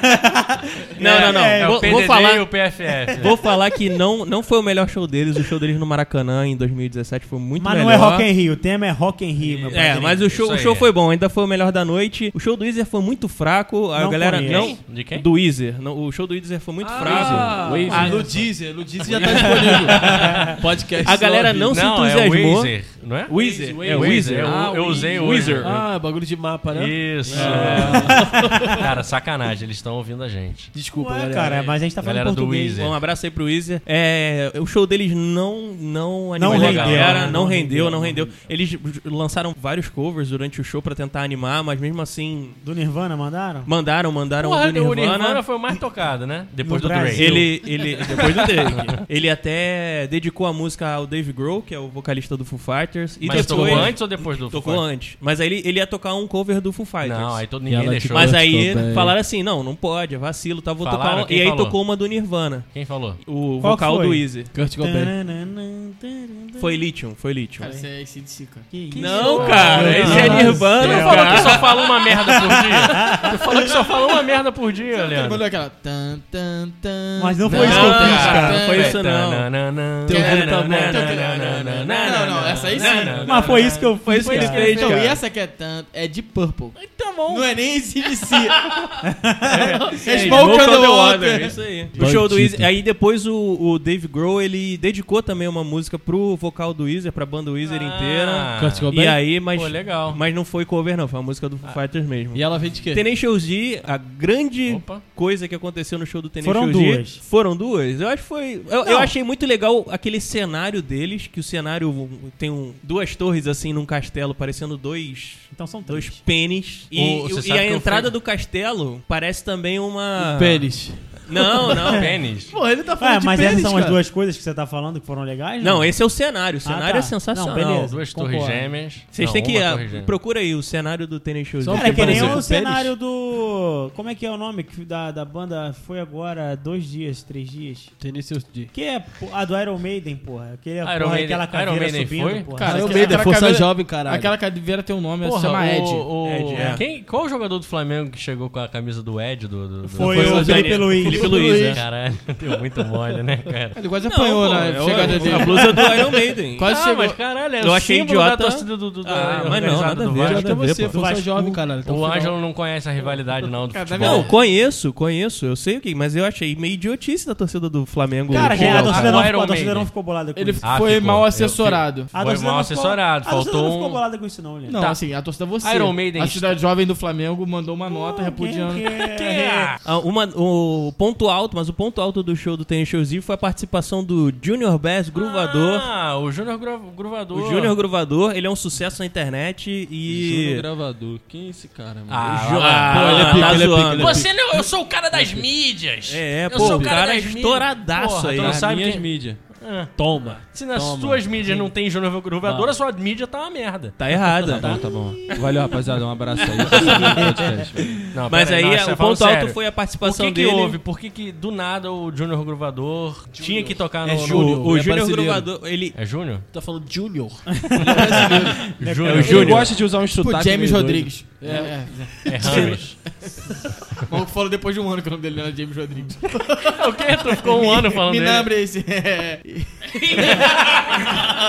F: Não, não, não.
B: É o
F: vou, vou
B: PDD e
F: falar,
B: o PFF.
F: vou falar que não, não foi o melhor show deles. O show deles no Maracanã em 2017 foi muito
C: Mas
F: melhor.
C: não é Rock in Rio, o tema é Rock in Rio, meu
F: É,
C: padrinho.
F: mas o show,
B: Isso
F: o
B: aí,
F: show
B: é.
F: foi bom, ainda foi o melhor da noite. O show do Weezer foi muito fraco, a
C: Não
F: galera
C: conheço.
F: não
B: De quem?
F: do Weezer, não, o show do Weezer foi muito fraco.
D: Ah, no Deezer. No Deezer já tá disponível. Podcast.
F: A galera não, se
B: Não, é
F: entusiasmou.
B: Weezer, não é?
F: Weezer, é
B: Weezer,
F: Weezer.
B: eu,
E: Ah,
B: eu usei o
F: Weezer.
B: Weezer.
E: Ah, bagulho de mapa, né?
B: Isso. é. Cara, sacanagem, eles estão ouvindo a gente.
E: Desculpa,
C: Ué,
E: galera.
C: cara, mas a gente tá falando
B: Galera do
C: português.
B: Weezer.
F: Bom, um abraço aí pro Weezer. É, o show deles não não animou a
C: rendeu,
F: galera,
C: né?
F: não
C: Não
F: rendeu, não rendeu. Eles j- lançaram vários covers durante o show pra tentar animar, mas mesmo assim
C: Do Nirvana mandaram?
F: mandaram, mandaram
B: Porra,
F: o do
B: o
F: Tá Nirvana.
B: Nirvana foi o mais tocado, né? Depois
C: No
B: do Drake.
C: Brasil.
F: Ele, ele, depois do Drake, ele até dedicou a música ao Dave Grohl, que é o vocalista do Foo Fighters. E
B: Mas
F: depois,
B: tocou antes ou depois do
F: Tocou
B: Foo
F: antes. Mas aí ele, ele ia tocar um cover do Foo
B: Fighters?
F: Fighters.
B: Não, aí todo
E: E
B: ninguém
E: ela,
B: deixou.
E: tipo,
F: Mas aí
E: Também.
F: falaram assim, não, não pode, é vacilo, tá? Vou
B: Falaram?
F: tocar. um-
B: Quem
F: E aí
B: falou?
F: tocou uma do Nirvana,
B: Quem falou?
F: o
C: Qual
F: vocal
C: foi?
F: do Easy.
E: Kurt Cobain.
C: Tananã, tananã.
F: Foi Lithium, foi Lithium.
D: Cara, isso é ACDC, cara.
C: Que isso?
F: Não, cara, esse é
C: Não,
B: Tu
F: Nirvana,
B: não falou que
F: cara.
B: só fala uma merda por dia? Tu falou que só fala uma merda por dia,
D: Ele
B: Leandro.
D: mandou aquela... Tan, tan, tan,
C: Mas não
D: tan,
C: foi isso que eu
D: tan,
C: fiz,
D: tan,
F: cara,
D: tan,
F: foi isso
D: tan.
F: não.
D: Teu ouvido tá bom.
B: Não,
D: Não, não, essa aí sim.
C: Mas foi isso que eu fiz,
F: Foi isso que ele
C: cara.
F: fez,
D: Então,
F: cara.
D: e essa que é tan, é de Purple.
F: Tá bom.
D: Não é nem ACDC. é
F: Smoke
D: Smoke on the Water. é
F: Isso aí. O show do Weezer. Aí depois o, o Dave Grohl, ele dedicou também uma música pro vocal do Weezer, pra banda Weezer inteira.
E: Kurt Cobain.
F: E aí, mas,
B: Ah, Pô, legal. Ah.
F: mas não foi cover não, foi uma música do Foo Fighters mesmo.
E: E ela veio de quê?
F: Tenacious D, a grande
B: Opa.
F: coisa que aconteceu no show do Tenacious
C: Foram
F: D...
C: duas.
F: Foram duas? Eu acho que foi... Eu, eu
C: Não.
F: achei muito legal aquele cenário deles, que o cenário tem um- duas torres assim num castelo, parecendo dois...
C: Então são
F: Dois
C: três.
F: pênis. E,
B: O- você
F: e
B: sabe
F: a
B: que eu
F: entrada
B: fui-
F: do castelo parece também uma.
E: Um Pênis.
F: Não,
B: É.
F: não.
B: Pênis.
E: Pô, ele tá
C: Ué, Ah, É, mas essas
E: pênis,
C: são as
E: cara.
C: duas coisas que você tá falando que foram legais?
F: Não, esse é o cenário. O
C: Ah,
F: cenário
C: tá.
F: é sensacional.
C: Não, beleza.
B: Duas
C: Concordo.
B: torres gêmeas.
F: Vocês
B: Não,
F: têm que.
B: uma
F: ah,
B: torre gêmea.
F: procura aí o cenário do Tênis Show.
E: Só
F: Zero.
C: Cara, é que nem
E: Pareceu com
C: o
E: pênis?
C: cenário do... Como é que é o nome que- da, da banda? Foi agora dois dias, três dias.
E: Tenacious D.
C: Que é pô, a do Iron Maiden, porra. Aquele,
B: Iron
C: porra,
B: Maiden-
C: aquela caveira
B: Iron Maiden
C: subindo,
B: foi?
C: porra.
D: Cara,
E: Cara, eu
D: aquela-
E: medo, é
D: aquela
E: força
D: caveira-
E: jovem, caralho.
D: Aquela caveira tem um nome, ela se
B: Porra,
D: chama Ed.
B: o- o-
F: Ed, é.
B: quem- qual o jogador do Flamengo que chegou com a camisa do Ed? Do, do- do-
C: Foi
E: Foi
C: o
E: o
C: Felipe Luiz.
F: Felipe Luiz, é.
B: né? Caralho, deu muito mole, né, cara?
D: Ele quase
F: Não,
D: apanhou
F: pô,
D: na
F: é o-
D: chegada dele.
F: A blusa do Iron Maiden.
D: Quase
B: ah,
D: chegou.
B: mas caralho, é
F: Eu
B: o
F: achei
B: símbolo da
F: idiota.
B: torcida do, do, do
F: Ah, mas não,
B: organizada
F: nada
B: do
F: a ver,
B: Vasco.
E: Até É você,
C: pô.
E: força
C: Vasco.
E: jovem, caralho. Até
B: O
E: Então final.
B: Ângelo não conhece a rivalidade, não, do
D: Cara, na
B: futebol.
F: Não, conheço, conheço. Eu sei o que, mas eu achei meio idiotice da torcida do Flamengo.
C: Cara,
F: Pô,
C: a torcida, não
B: Iron
C: ficou, a
B: Maiden.
C: torcida não ficou bolada com
D: Ele
C: isso.
B: Ah,
D: foi
B: ficou.
D: mal
B: Eu-
D: assessorado.
C: A
B: Foi
C: torcida
B: mal
C: não ficou-
B: assessorado,
C: A torcida
B: faltou
C: não ficou
B: um-
C: bolada com isso não, Leandro.
D: Não,
B: Tá.
D: assim, a
A: é
D: torcida você.
B: Iron Maiden.
D: A cidade jovem do Flamengo mandou uma nota
C: é
D: repudiando.
E: É,
B: é?
C: Porque...
F: Ah, uma- o ponto alto, mas o ponto alto do show do Tênis Showzinho foi a participação do Junior Bass Gruvador.
B: Ah, o Júnior Gru- Gruvador.
F: O Júnior Gruvador, ele é um sucesso na internet
A: Júnior
F: e.
A: gravador. Quem é esse cara, mano?
B: Ah,
F: Jo-
B: ah,
F: Pô,
E: ele é
F: tá
E: pica, ele é
F: zoando.
E: pica, ele é
B: Você não, eu sou o cara das mídias.
F: É, é,
B: eu
F: pô,
B: sou
F: o cara
B: das mídias.
F: estouradaço
B: Porra,
F: aí.
B: Tu não
A: Nas
B: sabe
A: minhas
B: quem...
A: mídias.
E: Toma.
B: Se nas
E: Toma.
B: suas mídias não tem Júnior Gruvador, a sua mídia tá uma merda.
F: Tá errada.
A: Tá bom, tá bom. Valeu, rapaziada. Um abraço aí. Esse é o segundo podcast, velho.
B: Não,
F: Mas
B: pera
F: aí
B: não, você
F: o
B: tá falando
F: ponto alto
B: sério.
F: foi a
B: Por
F: participação
B: que, que
F: dele.
B: houve? Por que, que do nada o Júnior Gruvador tinha que tocar no.
E: É
B: no-
E: Júnior.
F: O
E: É
F: Júnior
E: brasileiro.
F: Gruvador, ele.
B: É Júnior?
E: Tá falando Junior.
B: Júnior.
A: Ele gosta de usar um
D: Pô,
A: sotaque
D: Tipo James
A: meio doido.
D: Rodrigues. É, é.
B: É Rames.
D: O maluco falou depois de um ano que o nome dele não era James Rodrigues.
B: o quê? Tu ficou um ano falando
D: Me
B: dele.
D: nobre esse. É.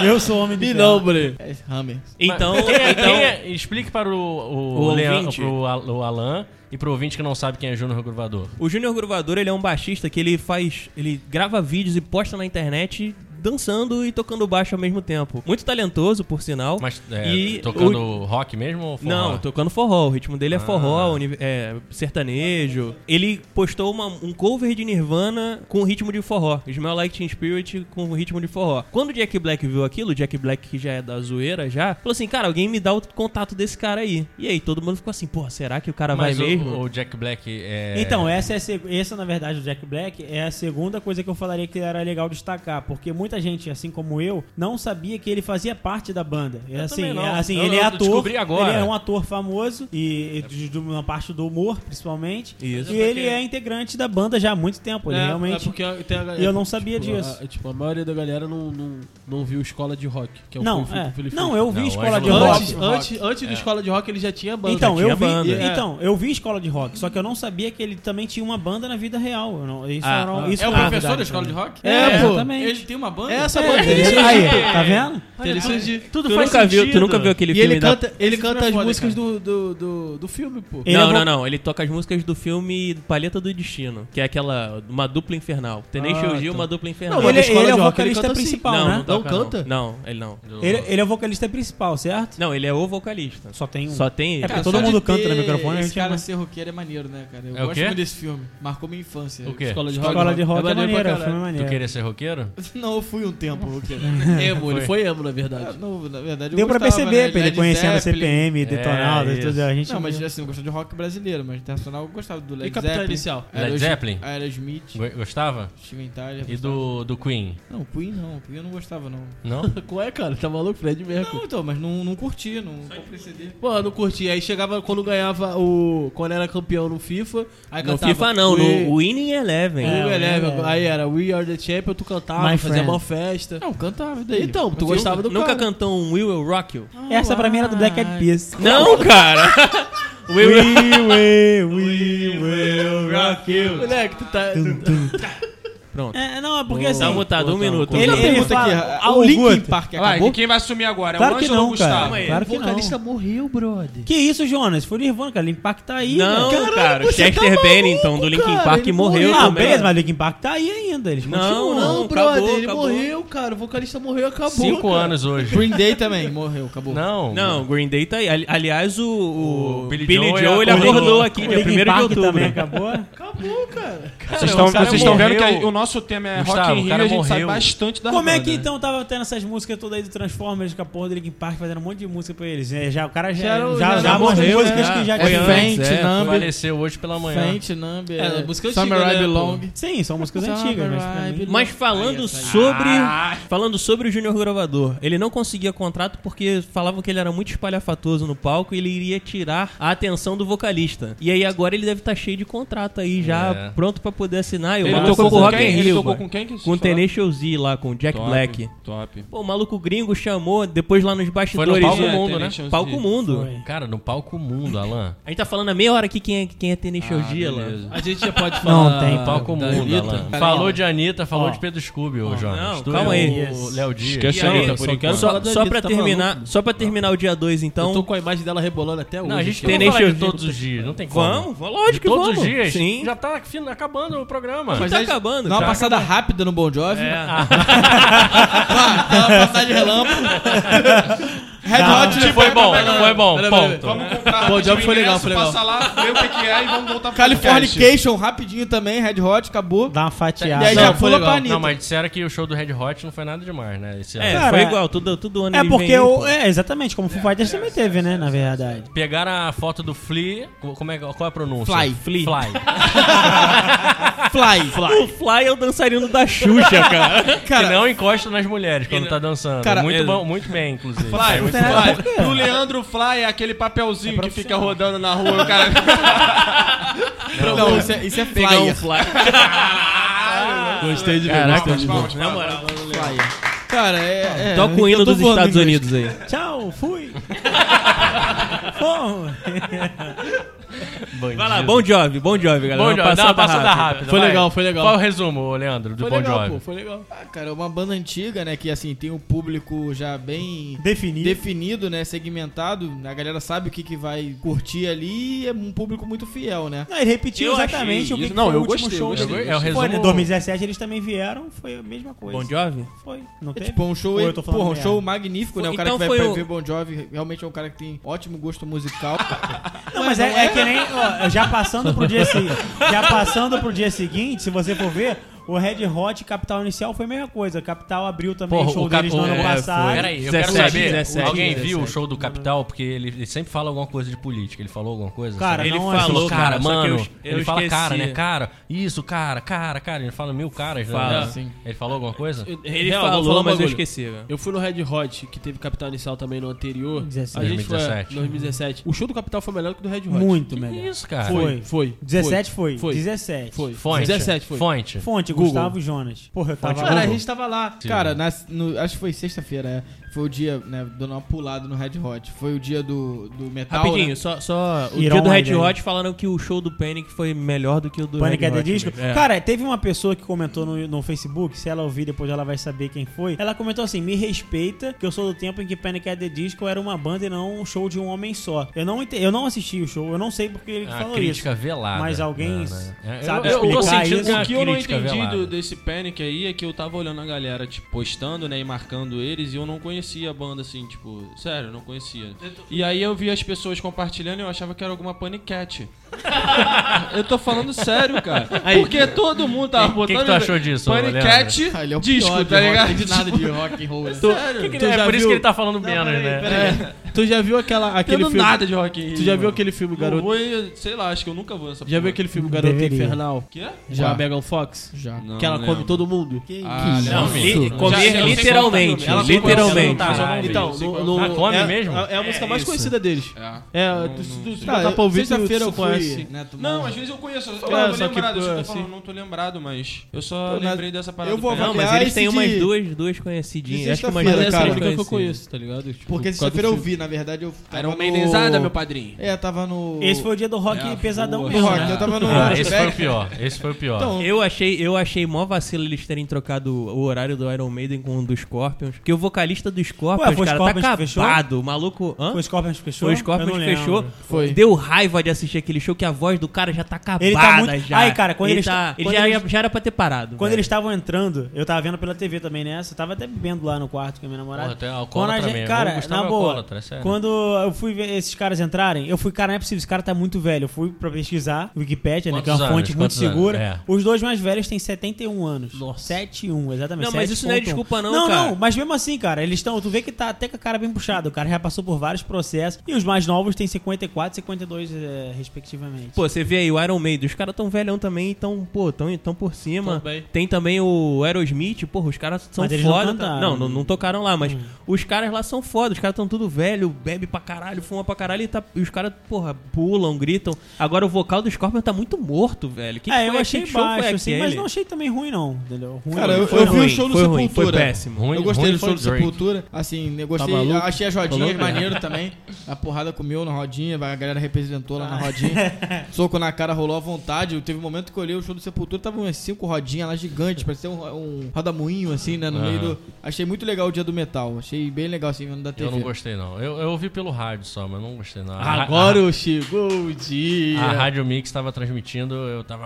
C: Eu sou homem de
E: Me
C: ferro.
E: nobre.
D: É Hammer.
F: Então,
B: Quem é-
F: então
B: quem é- explique para o, o,
F: O
B: Leandro-
F: ouvinte.
B: pro Al- o Alan e pro ouvinte que não sabe quem é Júnior Gruvador.
F: o Júnior Gruvador, ele é um baixista que ele faz. Ele grava vídeos e posta na internet dançando e tocando baixo ao mesmo tempo. Muito talentoso, por sinal.
B: Mas é,
F: E
B: tocando rock mesmo ou forró?
F: Não, tocando forró. O ritmo dele é forró, uni- é, sertanejo. Ele postou uma- um cover de Nirvana com ritmo de forró. Smell Like Teen Spirit com ritmo de forró. Quando o Jack Black viu aquilo, o Jack Black que já é da zoeira já, falou assim, cara, alguém me dá o contato desse cara aí. E aí todo mundo ficou assim, porra, será que o cara
B: Mas
F: vai
B: o,
F: mesmo?
B: o Jack Black é...
C: Então, essa, é a seg- essa, na verdade, do Jack Black é a segunda coisa que eu falaria que era legal destacar, porque muita gente, assim como eu, não sabia que ele fazia parte da banda. É
B: Eu
C: assim,
B: também não.
C: é assim,
B: Eu-
C: ele é
B: eu
C: ator,
B: descobri agora.
C: ele é um ator famoso e, e de- de uma parte do humor, principalmente.
F: Isso.
C: E ele é integrante da banda já há muito tempo,
B: É,
C: ele realmente
E: É, porque tem a galera-
C: E eu não sabia
E: tipo,
C: disso.
E: a- tipo, a maioria da galera não, não, não viu Escola de Rock, que é o
C: não,
E: que foi feito
C: é.
E: pelo
C: não,
E: Felipe.
C: eu vi
B: Não,
C: escola de
B: Ângelo
C: rock.
E: Antes, antes,
D: É.
E: antes do Escola de Rock ele já tinha banda.
C: Então,
F: tinha
C: eu vi,
F: banda. é.
C: e- então, eu vi escola de rock, só que eu não sabia que ele também tinha uma banda na vida real. Eu não- isso
F: Ah,
C: era um-
F: ah.
C: isso
D: É o
C: era uma
D: professor
C: novidade
D: da escola de
C: pra mim.
D: rock?
C: É,
E: É, pô.
C: exatamente.
D: Ele tem uma banda?
E: Essa
C: É,
E: banda.
C: isso aí, tá vendo?
E: Ele surgiu.
F: tu,
E: faz
F: nunca viu, tu
E: sentido.
F: nunca viu aquele
E: E
F: filme
E: ele
F: da-
E: canta,
D: filme
E: ele
D: é
E: canta as
D: foda,
E: músicas do, do, do, do filme, pô.
C: Ele é
F: não,
C: vo-
F: não, não. Ele toca as músicas do filme Palheta do Destino, que é aquela. Uma dupla infernal. Tenacious
E: Ah,
F: Gil,
E: tá.
F: uma dupla infernal.
E: Não,
C: Ele,
E: da escola
C: ele é
E: de
C: o
E: rock, ele
C: vocalista
E: canta assim.
C: principal,
F: não,
C: né?
F: não, toca,
E: Não canta?
F: Não, ele não.
C: Ele, ele é o vocalista principal, certo?
F: Não, ele é o vocalista.
C: Só tem um.
F: Só tem ele.
C: É, porque
D: só
C: todo
D: de
C: mundo canta no
D: ter
C: microfone, a
D: Esse
C: gente
D: cara
C: ama.
D: ser roqueiro é maneiro, né, cara? Eu
B: É o
D: gosto
B: quê?
D: muito desse filme. Marcou minha infância.
B: O quê?
E: Escola de Rock.
C: Escola de rock é
E: maneiro pra
C: maneiro, o
E: caralho.
C: filme é
B: Tu
C: maneiro.
B: queria ser roqueiro?
D: Não, eu fui um tempo roqueiro.
E: Emo, ele foi emo, na verdade.
D: Não, na verdade, eu
C: Deu pra
D: gostava,
C: perceber,
D: né?
C: pra ele
D: Led
C: conhecendo a
D: Zeppelin.
C: CPM, Detonado
B: É,
C: e tudo. A gente
D: Não, mas assim, eu gostava de rock brasileiro, mas internacional eu gostava do
E: E
D: Led
E: Capital
D: Zeppelin.
E: Inicial?
B: Led Zeppelin?
D: Aerosmith,
B: Go- Gostava?
D: Steven Tyler.
B: E
D: gostava.
B: do, do Queen?
D: Não, Queen não. Queen eu não gostava, não.
B: Não?
E: Qual é, cara? Tá maluco, Fred Mercury.
D: Não, então, mas não, não curti, não comprei CD.
E: Pô, eu não curti. Aí chegava quando ganhava o. Quando era campeão no FIFA. Aí
F: No
E: cantava
F: FIFA não,
E: We-
F: no Winning Eleven.
E: We
C: É,
E: Were
C: We
E: Never.
C: Were.
E: Aí era We Are the Champion, tu cantava,
C: My
E: fazia
C: Friend.
E: uma festa.
D: Não, cantava, e daí?
E: Então, tu
D: Eu
E: gostava do
F: Nunca
E: cara.
F: cantou um We Will Rock You?
C: Essa pra mim era do Black Eyed Peas.
F: Não, cara!
C: We will, we will rock you.
E: Moleque, tu tá.
F: Pronto.
C: É, não, é porque assim...
F: Tá mutado um minuto.
C: Ele,
D: Uma
C: ele
D: pergunta
C: fala...
D: aqui,
C: "Ah, o
D: o Linkin
C: Guto."
D: Park
A: Vai,
D: acabou?
A: quem vai assumir
F: um
A: agora?
C: Claro
A: é o
C: que
A: Ângelo ou o
C: não,
A: Gustavo?
C: cara. Claro que não.
E: morreu, brother.
C: Que isso, Jonas? Foi Nirvana, cara. Linkin Park tá aí,
F: Não,
C: cara.
F: cara. o
A: tá
F: Chester Bennington do Linkin
E: cara,
F: Park
E: ele
F: morreu
E: morreu.
C: Ah,
F: também.
C: beleza, mas Linkin Park tá aí ainda. Eles
F: Não,
E: Não,
C: continuam.
F: acabou,
E: brother, ele
F: acabou.
E: morreu, cara. O vocalista morreu, acabou.
B: Cinco
E: cara.
B: anos hoje.
D: Green Day também, morreu, acabou.
B: Não.
F: Não, o Green Day tá aí. Ali- Aliás, o, o
B: O
F: Billy,
B: Billy
F: Joe,
B: Joe
F: ele
B: acordou.
F: acordou aqui, é
C: O
F: dia 1
C: Linkin
F: de
C: Park
F: outubro.
C: também acabou.
E: Acabou, cara.
B: Cara,
A: Vocês estão
B: o cara
A: vocês estão vendo
B: morreu.
F: um-
A: que o nosso tema é
B: Gustavo,
A: Rock in
B: o
A: Rio,
B: cara
A: a gente sai
B: morreu.
A: bastante da
C: Como é
A: banda,
C: que
A: né?
C: então tava tendo essas músicas toda aí do Transformers com a porra do Linkin Park fazendo um monte de música pra eles? É, já, o cara já,
D: Já era- já
C: já, já,
D: era
C: morreu,
E: morreu,
C: músicas
E: né?
C: que já
D: É
C: tinha.
D: Faint,
E: é,
D: Number,
B: Faleceu hoje pela manhã.
D: Faint, Number,
E: É, música antiga,
D: Samurai
E: né, pô?
D: Belong.
C: Sim, são músicas antigas, mas pra mim-
F: Mas falando sobre. Falando sobre o Júnior Gravador, ele não conseguia contrato porque falavam que ele era muito espalhafatoso no palco e ele iria tirar a atenção do vocalista. E aí agora ele deve estar cheio de contrato aí já,
B: É.
F: pronto pra poder assinar. E o
A: Ele
F: maluco
A: tocou
F: tocou
A: com
F: Rock in
A: quem? Ele
F: Rio,
A: tocou
F: mano.
A: com quem? que
F: Com o
A: vocês falaram?
F: Tenacious D lá, com o Jack
A: Top,
F: Black.
A: Top.
F: Pô, o maluco gringo chamou, depois lá nos
B: Foi
F: bastidores.
B: no palco
A: É,
B: mundo, né?
A: Tenacious
F: Palco
A: D.
F: Mundo.
B: Cara, no palco mundo, Alan.
F: A gente tá falando a meia hora aqui quem é, quem é Tenacious D lá.
A: beleza.
E: A gente já pode falar.
C: Não, tem
E: da-
B: Palco
E: Ah, da
B: mundo,
E: Anitta.
B: Alan.
D: Cara,
B: Falou
D: não.
B: de Anitta, falou de Pedro Scooby, ô Jonas.
F: não,
B: Tu
F: calma
B: e
F: aí.
B: O Léo Dias.
F: E
A: Esquece a
F: aí,
A: Anitta
E: só
A: por
E: quero
A: enquanto.
E: falar
F: Só,
E: da
F: só
E: Anitta,
F: pra
E: tá
F: terminar,
E: maluco?
F: só pra terminar o dia 2, então.
E: Eu tô com a imagem dela rebolando até hoje.
B: Não, a gente
E: cara.
B: tem nem
F: Tenacious
B: de
F: D.
B: todos os dias, não tem como.
F: Vamos, lógico
B: De
F: que
B: todos
F: vamos.
B: os dias.
F: Sim.
B: Já tá fim- acabando o programa.
D: Mas
F: tá
D: aí,
F: acabando,
D: Dá uma
F: cara.
D: passada rápida no Bon Jovi.
F: É.
D: Dá uma passada de relâmpago. Red
C: Tá.
D: Hot Chili
B: Foi bom,
D: Peppers.
B: foi bom,
E: Pera, pera,
B: ponto.
A: Vamos comprar
E: Bom,
A: o
E: Job foi legal, foi legal.
A: Passa né? lá, vê o que que é e vamos voltar pro podcast.
D: Californication, rapidinho também, Red Hot, acabou.
C: Dá uma
D: E aí
C: fatiada.
D: já
E: foi
D: pula
E: legal.
D: pra Anitta.
B: Não, mas disseram que o show do Red Hot não foi nada demais, né? Esse
F: É,
B: ano.
C: Cara,
F: foi igual, tudo, tudo ano
C: É
F: eles
C: porque
F: vêm,
C: o.
F: pô.
C: É, exatamente, como o Foo Fighters também teve, né? Na verdade.
B: Pegaram a foto do Flea. co- Como é, qual é a pronúncia?
D: Fly.
B: Fly.
D: Fly.
F: O Fly é o dançarino da Xuxa, cara. é
B: que não encosta nas mulheres quando tá dançando.
D: Cara,
B: muito,
D: ele-
B: bom, muito bem, inclusive.
A: Fly,
B: muito
A: Fly. Pro Leandro Fly é aquele papelzinho que fica rodando na rua, o cara.
D: Não, isso é, isso é
F: Pegar o
D: flyer.
F: um Fly.
E: Gostei de ver,
B: Caraca,
E: gostei de ver.
A: Palmas, palmas.
D: Cara, é. é
F: Toca o
D: eu
F: hino
D: tô
F: dos
D: voando
F: Estados
D: em inglês.
F: Unidos aí.
C: Tchau, fui. Fomos.
F: Vai lá, Bon Job, Bon Job, galera.
B: Bom Job, dá uma passada rápida.
E: Foi
B: vai.
E: legal, foi legal.
B: Qual é o resumo, ô, Leandro, do
E: Foi
B: Bon
E: legal, pô,
B: Job?
E: foi legal.
D: Ah, cara, é uma banda antiga, né? Que assim, tem um público já bem
C: Definir.
D: definido, né? Segmentado. A galera sabe o que, que vai curtir ali e é um público muito fiel, né?
C: Não, ele repetiu
F: Eu
C: exatamente
F: achei
C: o que,
F: isso-
C: que
A: não,
C: foi
A: eu
C: o último
A: gostei, eu
C: show
A: gostei.
C: dele.
B: É o
C: Foi, né?
B: resumo.
C: 2017 eles também vieram, foi a mesma coisa.
F: Bon Jovi?
C: Foi, não
D: É
C: teve?
D: tipo um show,
C: Ou eu tô falando
D: porra, um
C: merda?
D: show magnífico, né? O cara
F: Então
D: que vai
F: foi
D: pra
F: o-
D: ver Bon Jovi realmente é um cara que tem ótimo gosto musical.
C: Não, mas é, é que nem. ó, já passando pro dia seguinte. Já passando pro dia seguinte, se você for ver, o Red Hot Capital Inicial foi a mesma coisa. Capital abriu também
B: Porra,
C: o show
B: Cap-
C: deles no ano
B: é,
C: passado.
B: foi. Peraí, eu quero
A: 17,
B: saber,
A: 17,
B: alguém viu o show do Capital? Porque ele, ele sempre fala alguma coisa de política. Ele falou alguma coisa?
C: Cara,
B: sabe?
C: Ele
B: ele
C: não é falou,
B: falou,
C: só-
B: cara,
F: só que
B: mano.
F: eu- eu
B: ele fala,
F: esqueci.
B: cara, né? Cara, isso, cara, cara, cara. Ele fala mil caras, né?
F: Fala,
E: sim.
B: Ele falou alguma coisa?
F: Ele
E: Real, vou
F: falou,
E: falar um
F: mas eu
E: bagulho.
F: esqueci, velho.
E: Eu fui no Red Hot, que teve Capital Inicial também no anterior.
C: 17.
E: A gente foi é,
B: 2017.
E: 2017. O show do Capital foi melhor que o do Red Hot.
C: Muito
B: Que
C: melhor.
B: isso, cara?
E: Foi, foi.
C: 17 foi.
E: Foi.
C: 17.
E: Foi.
B: Fonte.
E: 17 foi.
B: Fonte.
C: Fonte,
E: Google.
C: Gustavo Jonas. Porra, eu tava.
D: Cara, a
B: Google.
F: tá-
D: gente tava lá.
B: Sim.
D: Cara, na- no- acho que foi sexta-feira, é. Foi o dia, né? Dando uma pulada no Red Hot. Foi o dia do, do metal.
F: Rapidinho,
D: né?
F: só, só o
C: Irão
F: dia do
C: aí,
F: Red
C: né?
F: Hot falaram que o show do Panic foi melhor do que o do
C: Panic
F: Red
C: at the
F: Hot.
C: Disco.
F: mesmo. É.
C: Cara, teve uma pessoa que comentou no, no Facebook, se ela ouvir depois ela vai saber quem foi. Ela comentou assim: me respeita, que eu sou do tempo em que Panic at the Disco era uma banda e não um show de um homem só. Eu não, ente- eu não assisti o show, eu não sei porque ele
B: A
C: falou
B: É crítica
C: isso.
B: velada.
C: Mas alguém
B: É,
C: sabe
B: eu, eu tô
C: explicar
B: sentindo
C: isso?
B: que é
A: O
B: uma
A: que eu não
B: crítica
A: entendi
B: velada.
A: do- desse Panic aí é que eu tava olhando a galera, tipo, postando, né, e marcando eles, e eu não conhecia a banda, assim, tipo, sério, eu não conhecia. E aí eu vi as pessoas compartilhando e eu achava que era alguma paniquete. eu tô falando sério, cara. Porque todo mundo tava
B: Que- que
A: botando...
B: que tu achou disso,
A: Paniquete,
D: Ah, ele é o
A: disco,
D: pior de
A: tá
D: rock,
A: ligado?
D: não entende nada de rock and roll. né?
B: Que que-
E: Tu
B: é
E: já
B: por isso
E: viu-
B: que ele tá falando menos, né?
E: Tu já viu aquela, aquele
A: Entendo
E: filme?
A: nada de rock. in Rio,
E: Tu já viu
A: mano.
E: aquele filme
A: Eu
E: Garoto?
A: vou e- sei lá, acho que eu nunca vou nessa
E: Já viu
A: porra.
E: aquele filme Garota
C: Deveria.
E: Infernal?
A: Que é?
E: Com
D: Já.
E: a Megan Fox?
D: Já.
A: Não
E: que ela come
A: lembro.
E: todo mundo?
A: Ah, lembro.
F: Não, li-
A: Já- eu sei
F: comer
A: qual é o
F: literalmente,
A: nome. Ela come-
F: literalmente.
B: ela come-
F: Caralho.
E: Então,
A: sei qual
E: no-
B: é.
E: no-
B: Ah, come
E: é-
B: mesmo?
E: É a música mais
B: isso.
E: conhecida deles.
A: É.
E: É,
A: Não,
E: tu- tu-
A: não
E: tu- tu
D: Tá,
E: botar pra ouvir, tu-
D: sexta-feira
E: tu
D: eu fui,
E: conhece.
D: né, tomar
A: Não,
D: uma-
A: às vezes eu conheço. Eu,
E: É,
A: tava
E: só que,
A: lembrado,
E: pô,
A: eu só tô
E: assim-
A: falando, não tô lembrado, mas. Eu só
D: Pô, na-
A: lembrei dessa parada.
D: eu
A: do
D: vou
A: Pernambuco.
F: Não, mas
D: Ah,
F: eles
D: esse
F: têm umas
D: de-
F: duas, duas conhecidinhas.
D: de
F: Acho que umas
E: Mas
D: sexta-feira,
F: duas
E: essa é a
F: são
E: única que eu
F: conhecidas.
E: conheço, tá ligado?
D: Porque
E: Tipo, por causa do
D: sexta-feira eu
E: filme.
D: vi, na verdade, eu tava
A: Era uma
D: no-
A: meidenizada, meu padrinho.
D: É, tava no...
C: Esse foi o dia do rock
A: É,
C: pesadão
A: boa.
D: no
C: mesmo.
D: rock,
C: né?
D: eu tava no...
B: Ah, esse foi o
D: flashback.
B: pior. Esse foi o pior.
D: um Então,
F: Eu achei, eu achei mó vacilo eles terem trocado o horário do Iron Maiden com o do Scorpions. Porque o vocalista do Scorpions,
C: Ué, foi o
F: cara,
C: Scorpions
F: tá
C: que fechou?
F: acabado. O maluco. Hã?
C: Foi o Scorpions que fechou?
F: Foi o
C: Eu
F: Scorpions
C: não
F: que fechou.
C: lembro.
D: Foi.
F: Deu raiva de assistir aquele show que a voz do cara já tá acabada
C: Ele tá muito-
F: já.
C: Ai, cara, quando
F: ele
C: eles-
F: tá, ele
C: quando
F: já,
C: eles-
F: ia- já era pra ter parado.
C: Quando
F: velho.
C: eles estavam entrando, eu tava vendo pela TV também nessa, eu tava até bebendo lá no quarto com a minha namorada.
B: Porra, tu é
C: quando
B: alcoólatra
C: a gente,
B: mesmo. O
C: cara,
B: Gustavo
C: na
B: é
C: boa,
B: alcoólatra, é sério.
C: quando eu fui ver esses caras entrarem, eu fui, cara, não é possível, esse cara tá muito velho. Eu fui pra pesquisar, Wikipedia, né, que é uma
B: Quantos anos?
C: fonte muito
B: Quantos anos?
C: segura.
B: É.
C: Os dois mais velhos têm 71 anos.
F: Nossa.
C: 71, exatamente.
F: Não, mas isso não é
C: 7.1.
F: desculpa não,
C: Não,
F: cara.
C: não, mas mesmo assim, cara, eles estão, tu vê que tá até com a cara bem puxada, o cara já passou por vários processos, e os mais novos têm 54 52, é, respectivamente.
F: Pô, você vê aí o Iron Maiden, os caras tão velhão também, então, pô, tão, tão por cima.
E: Também.
F: Tem também o Aerosmith, porra, os caras são
C: Mas eles não
F: foda.
C: cantaram. né? Hum.
F: não, não, não tocaram lá, mas os caras lá são foda, os caras tão tudo velho, bebe pra caralho, fuma pra caralho e, tá, e os caras, porra, pulam, gritam. Agora o vocal do Scorpion tá muito morto, velho. Que
C: é,
F: que
C: eu
F: foi?
C: achei
F: Que show foi
C: baixo, assim, mas
F: aquele?
C: não achei também ruim, não. Entendeu? Ruim,
D: Cara,
C: não.
D: eu,
C: Foi
D: eu vi
C: ruim.
D: o show do
F: Foi ruim, foi
D: Sepultura.
F: péssimo.
B: Ruim-
D: eu gostei
B: ruim
D: do show
B: foi
D: do
B: Drake.
D: Sepultura. Assim, eu gostei.
E: maluco?
D: eu achei as rodinhas
E: Falou,
D: maneiro também. A porrada comeu na rodinha, a galera representou lá na rodinha. Soco na cara rolou à vontade. Teve um momento que eu olhei o show do Sepultura, tava umas cinco rodinhas lá gigantes, parecia um, um rodamuinho assim, né? No
B: Aham.
D: meio do. Achei muito legal o dia do metal. Achei bem legal assim, vendo da TV.
B: Eu não gostei, não. Eu, eu ouvi pelo rádio só, mas não gostei, não. A-
E: Agora eu chegou o
B: a,
D: é.
B: a
E: dia.
B: Rádio Mix tava transmitindo, eu tava.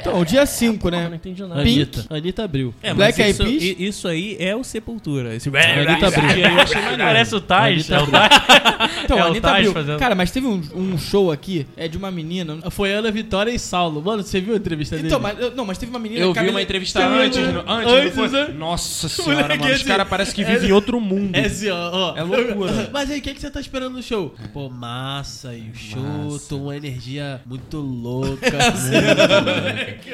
D: Então, o dia 5,
B: Eu não
D: né?
B: entendi nada.
E: Anitta. Anitta abriu.
F: É, mas
D: Black Eyed
F: isso,
D: Peas?
F: i- isso aí é o Sepultura. Esse...
E: Anitta abriu.
B: Parece o Tais. É o Tais.
D: Então,
B: É, o
D: a Anitta
B: Taj
D: abriu.
B: fazendo-
D: Cara, mas teve um, um show aqui, é de uma menina.
E: Foi Ana Vitória e Saulo. Mano, você viu a entrevista dele?
D: Então, mas, eu- não, mas teve uma menina.
A: Eu vi
D: Camila-
A: uma entrevista
E: Você viu,
A: antes,
E: né?
A: no- antes, não
E: Antes,
A: foi?
E: né?
A: Nossa senhora,
E: Moleque, é
A: mano, os
E: esse-
A: caras parecem que vivem em outro mundo.
E: É assim, ó, ó.
A: É loucura.
E: Mas aí, o que, que você tá esperando no show? Pô, massa e o show, tô uma energia muito louca.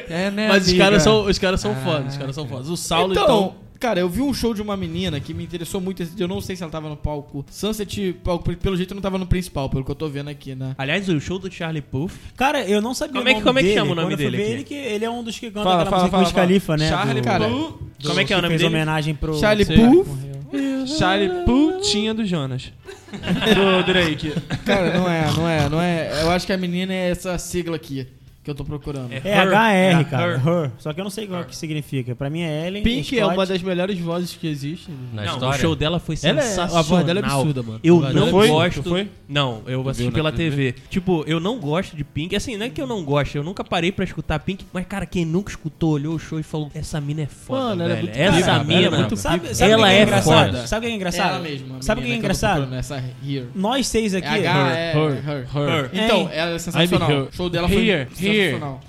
D: É, né?
E: Mas os
D: amiga?
E: caras são, os caras são fodas, os caras são fodas. O Saulo,
D: então,
E: então...
D: Cara, eu vi um show de uma menina que me interessou muito esse dia. Eu não sei se ela tava no palco. Sunset, palco, pelo jeito, não tava no principal, pelo que eu tô vendo aqui, né?
F: Aliás, o show do Charlie Puth.
C: Cara, eu não sabia
F: Como
C: o
F: é que-
C: nome
F: como é que
C: dele.
F: chama o nome
C: Quando eu fui
F: dele
C: ver
F: aqui?
C: Ele, que, ele é um dos que canta
A: Fala,
C: aquela
A: fala,
C: música
A: fala,
C: Wiz Khalifa, né?
A: Charlie,
C: do-
D: cara.
A: Blue.
F: Como é que é o
C: que
F: nome
C: fez
F: dele?
C: homenagem pro...
D: Charlie
E: sei.
D: Puth.
C: Morreu.
D: Eu
A: Charlie Putinha do Jonas. Do Drake.
G: Cara, não é, não é, não é. Eu acho que a menina é essa sigla aqui que eu tô procurando.
C: É HR, cara. Her. Só que eu não sei o que significa. Pra mim é Ellen.
D: Pink é
C: Scott.
D: uma das melhores vozes que existe.
B: Na
F: Não, o
B: história.
F: show dela foi
D: Ela é-
F: sensacional.
D: a voz dela é absurda, mano.
F: Eu
D: A voz
F: não
D: dela é-
F: gosto.
A: Tu foi?
F: Não, eu assisti
A: viu na
F: pela
A: TV?
F: TV. Tipo, eu não gosto de Pink. Assim, não é que eu não gosto, eu nunca parei pra escutar Pink, mas cara, quem nunca escutou, olhou o show e falou: "Essa mina é foda,
D: Mano, ela é
F: velho.
D: muito braba,
F: Essa
D: ela é
F: mina
D: muito
C: Sabe, sabe
F: Ela
C: quem é,
F: é
C: engraçado?
F: foda.
C: Sabe quem é engraçado?
G: Ela mesma. a
C: Sabe quem
G: menina
C: é
G: que eu tô
C: engraçado?
G: procurando, Essa here.
C: Nós seis aqui.
G: É H, é
A: Her,
G: her.
A: Her.
G: Então, ela é sensacional.
A: I'm here.
G: O show dela foi
A: Here, here.
G: sensacional.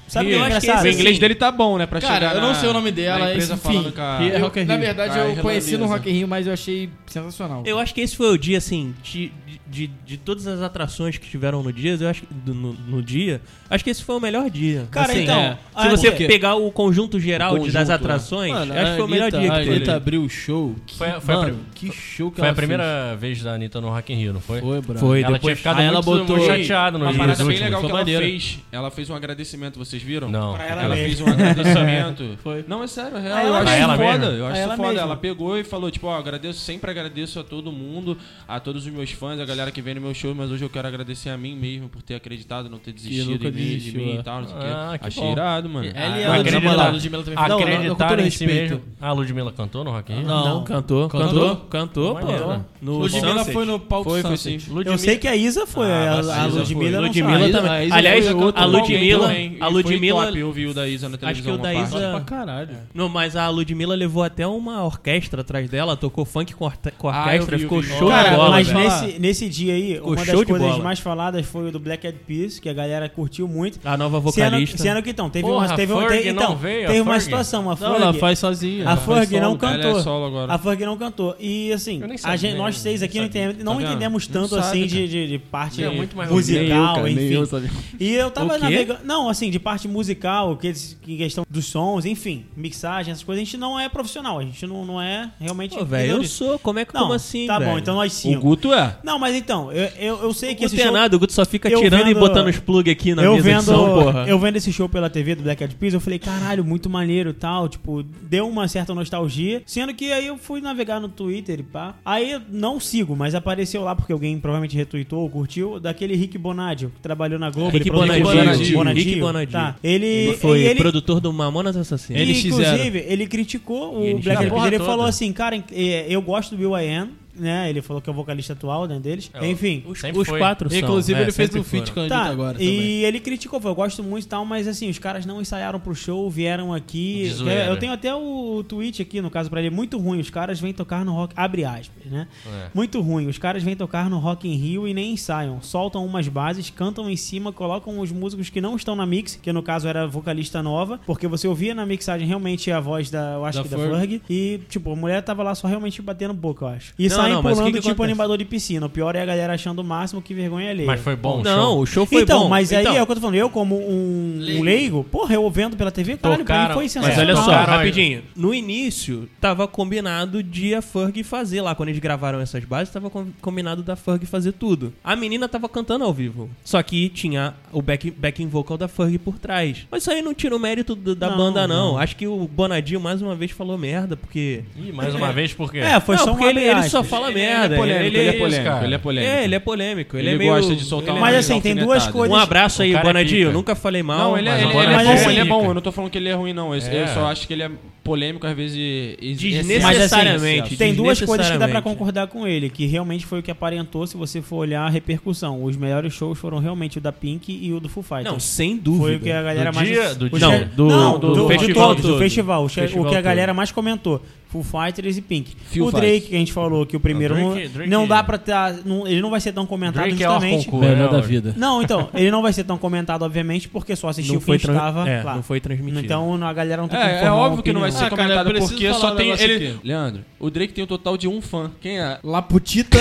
C: Sabe o que é
F: Eu acho que
C: engraçado?
A: O
F: esse-
A: inglês dele tá bom, né? Pra
G: Cara,
A: chegar
G: eu não
A: na-
G: sei o nome dela,
D: é
A: na empresa
G: enfim.
A: falando com a-
G: Eu-
D: Rock in
G: na
D: Rio. é
G: verdade,
A: Ah,
G: eu
A: irlandesa.
G: conheci no
D: né?
G: Rock in Rio, mas eu achei sensacional.
F: Eu acho que esse foi o dia, assim, de, de- de, de todas as atrações que tiveram no dia, eu acho que- do- no, no dia, acho que esse foi o melhor dia.
C: Cara,
F: Assim,
C: então,
F: é.
C: ah,
F: se você
C: porque-
F: pegar o conjunto geral de- das
A: Conjunto,
F: atrações,
D: Mano,
F: acho que foi o melhor dia
D: a
F: que teve.
D: Anitta abriu o show. Que,
B: Foi a- foi a
D: mano,
B: prim-
D: que show que
B: Foi
D: ela
B: a primeira vez da Anitta no Rock in Rio, não foi?
D: fez. Foi, bravo.
F: Foi,
B: Ela tinha
F: depois
B: ficado
D: aí ela
B: muito, muito
D: botou-
B: chateada no
A: Uma
B: dia
A: parada
B: dos
A: bem
B: últimos.
A: legal
D: foi
A: que ela
D: maneiro.
A: fez. Ela fez um agradecimento, vocês viram?
B: Não.
C: Pra ela
A: Ela
C: mesmo.
A: fez um agradecimento. Não, é sério, é
G: Ah,
A: real. Eu
C: ela
A: acho
B: mesma.
A: isso
B: Pra ela
A: foda.
B: mesma.
A: Eu
C: Pra
A: acho isso
C: ela
A: foda.
C: mesma.
A: Ela pegou e falou, tipo, ó, agradeço, sempre agradeço a todo mundo, a todos os meus fãs, a galera que vem no meu show, mas hoje eu quero agradecer a mim mesmo por ter acreditado, não ter desistido
D: nunca
A: em mim, de
D: desistiu,
A: mim
D: é.
A: e tal, não sei o
B: Ah,
A: quê.
B: que
A: Achei
B: bom.
A: irado, mano.
D: Ela é e
B: Ah,
D: a Ludmilla.
B: acredito.
D: A Ludmilla também fez. Não, não, não, com
B: Acreditar
D: todo
B: em si
D: respeito.
B: mesmo. Ah, a Ludmilla cantou no Rock in Rio?
F: Não, cantou, cantou, cantou, pô.
B: Maneiro.
F: No
D: Ludmilla
F: Sunset.
D: foi no palco
A: Ah, Foi, foi
D: Sunset.
A: sim.
B: Ludmilla-
C: Eu sei que a Isa foi.
B: Ah,
C: a-
B: mas
C: a,
B: a Isa
C: Ludmilla
F: Foi.
C: não
F: Ludmilla
C: sabe.
D: Isa-
F: também.
D: a Isa
F: Aliás,
D: foi outra
F: a
A: um
F: Ludmilla,
A: Também, e
F: a
A: foi
F: Ludmilla,
A: top, eu vi o da Isa na
F: acho que
A: televisão.
F: o da
A: uma parte.
F: Isa,
D: Caralho.
F: não, mas a Ludmilla levou até uma orquestra atrás dela, tocou funk com, orte- com
A: Ah, eu
F: orquestra,
A: vi, eu
F: ficou
A: vi.
F: show
C: Cara,
F: de bola,
C: mas
F: velho.
C: nesse, nesse dia aí,
F: Ficou
C: uma
F: show
C: das
F: de
C: coisas
F: bola.
C: mais faladas foi o do Black Eyed Peas, que a galera curtiu muito.
F: A nova
C: Sendo,
F: vocalista.
C: sendo que então, teve
B: Porra,
C: uma, teve,
B: a
C: um-
B: Ferg
C: te-
B: não
C: então,
B: veio, a
C: teve uma
B: Ferg?
C: situação, a
D: Não, ela
C: Ferg,
D: faz sozinha.
C: a
D: ela faz
C: Ferg não
D: solo.
A: Ela
C: cantou.
A: é solo agora.
C: A Ferg não cantou. E assim,
B: Eu nem
C: a
B: sabia,
C: gente, nós
B: né?
C: seis aqui não, entendemos, não
A: Tá vendo?
C: entendemos
A: Não
C: tanto
A: sabe,
C: assim
A: cara.
C: de, de, de parte
B: É muito mais
D: Nem eu,
C: musical,
D: cara, nem eu
C: enfim.
D: sabia.
C: E eu tava
F: O quê?
C: navegando. Não, assim, de parte musical, que eles- que questão dos sons, enfim, mixagem, essas coisas, a gente não é profissional, a gente não, não é realmente.
F: Pô, velho,
C: entendeu
F: eu
C: disso.
F: sou, como é que,
C: Não,
F: como assim,
C: Tá
F: velho?
C: bom, então nós
A: O
C: cinco.
A: Guto é.
C: Não, mas então, eu, eu, eu sei
F: O
C: que
F: Guto
C: esse
F: é
C: show...
F: nada, o Guto só fica
C: Eu
F: tirando e
C: vendo-
F: botando os plug aqui na
C: eu
F: mesa
C: vendo,
F: de som, porra.
C: eu vendo esse show pela TV do Black Eyed Peas, eu falei, caralho, muito maneiro e tal, tipo, deu uma certa nostalgia, sendo que aí eu fui navegar no Twitter e pá, aí eu não sigo, mas apareceu lá, porque alguém provavelmente retweetou ou curtiu, daquele Rick Bonadio, que trabalhou na Globo.
F: Rick
C: ele produziu-
F: Bonadio.
C: Rick Bonadio.
F: Rick Bonadio.
C: Tá, ele,
F: Ele foi
C: e ele,
F: produtor do Mamonas Assassinas.
C: e,
D: NX0.
C: inclusive, ele criticou o
F: NX0.
C: Black
F: A
C: Eyed Peas.
B: porra
C: Ele
B: toda.
C: falou assim, cara, eh, eu gosto do Bill I.N., né? Ele falou que é o vocalista atual né, deles.
B: É,
C: Enfim.
F: Os,
B: Sempre
F: os
B: foi.
F: quatro são.
D: Inclusive,
F: é,
D: ele fez
F: sempre
D: um feat
F: foram.
D: com a Anitta
C: Tá,
D: agora
C: e
D: também.
C: ele criticou, falou, eu gosto muito e tal, mas assim, os caras não ensaiaram pro show, vieram aqui.
B: De zoeira.
C: Eu tenho até o tweet aqui, no caso, pra ele, muito ruim, os caras vêm tocar no rock, abre aspas, né?
B: É.
C: Muito ruim, os caras vêm tocar no Rock in Rio e nem ensaiam, soltam umas bases, cantam em cima, colocam os músicos que não estão na mix, que no caso era vocalista nova, porque você ouvia na mixagem realmente a voz da, eu acho
D: Da
C: que da
D: Ferg.
C: Ferg, e tipo, a mulher tava lá só realmente batendo boca, eu acho. E
F: Não,
C: saem
F: não, mas o que
C: pulando
F: que
C: tipo
F: acontece?
C: animador de piscina, o pior é a galera achando o máximo, que vergonha alheia.
B: Mas foi bom o
F: Não,
B: show.
F: o show foi
C: então,
F: bom.
C: mas aí
F: Então,
C: é o que eu tô falando. Eu, como um um leigo, porra, eu vendo pela TV, caralho, pra mim
B: Tocaram-
C: foi
B: mas
C: sensacional.
F: Mas olha só,
B: Caralho.
F: rapidinho. No início, tava combinado de a Ferg fazer lá. Quando eles gravaram essas bases, tava com- combinado da Ferg fazer tudo. A menina tava cantando ao vivo. Só que tinha o back- backing vocal da Ferg por trás. Mas isso aí não tira o mérito do- da
C: Não,
F: banda, não. Acho que o Bonadinho mais uma vez falou merda, porque.
B: Ih, mais uma vez, por quê?
C: É, foi
F: não,
C: só um
F: porque ele,
C: abre
F: ele só
C: aspas.
F: fala merda. Ele,
A: polêmico, ele, é
B: isso,
A: polêmico,
B: cara.
A: ele é polêmico.
F: É, ele é polêmico. Ele,
A: Ele
F: é meio.
A: gosta de soltar
F: ele-
A: uma
C: Mas assim, tem duas
A: alfinetada.
C: coisas.
F: Um abraço aí,
B: O cara é
F: Bonadinho.
B: pica.
F: Nunca falei mal.
A: Não, ele,
F: mas um
A: é-
F: o
A: ele, ele
B: Bonadinho
A: é
C: mas
A: bom,
C: assim,
A: ele é bom.
B: cara.
A: Eu não tô falando que ele é ruim, não. Esse-
B: É.
A: Eu só acho que ele é polêmico, às vezes... e- e-
F: Desnecessariamente.
A: Mas, assim,
C: Tem duas coisas que dá pra
F: desnecessariamente.
C: concordar com ele, que realmente foi o que aparentou, se você for olhar a repercussão. Os melhores shows foram realmente o da Pink e o do Full Fighters.
F: Não, sem dúvida.
C: Foi o que a galera
B: Do
C: mais.
B: dia- do dia-
C: os que-
F: Não, do-
C: não,
F: do
C: do,
F: festival
C: festival. Do
F: todo.
C: festival, o che-
F: Festival
C: o que a
F: todo.
C: galera mais comentou. Full Fighters e Pink.
A: Full
C: o Drake,
A: Fighters.
C: que a gente falou que o primeiro
B: Não,
C: não,
B: Drake- Drake-
C: não dá pra. Tá, não- ele não vai ser tão comentado
B: Drake é o
C: justamente.
B: concurso.
D: Melhor da vida.
C: Não, então, ele não vai ser tão comentado, obviamente, porque só assistiu
F: Não
C: quem
F: foi, tran-
C: estava
F: é,
C: lá.
F: não foi transmitido.
C: Então a galera não tem como
A: É, é
C: formar uma
A: óbvio que não vai
C: opinião.
A: ser
D: Ah, cara, eu
A: comentado
D: preciso
A: porque
D: falar
A: só
D: um
A: tem
D: negócio
A: ele.
D: aqui.
A: Leandro, o Drake tem um total de um fã. Quem é?
G: Laputita.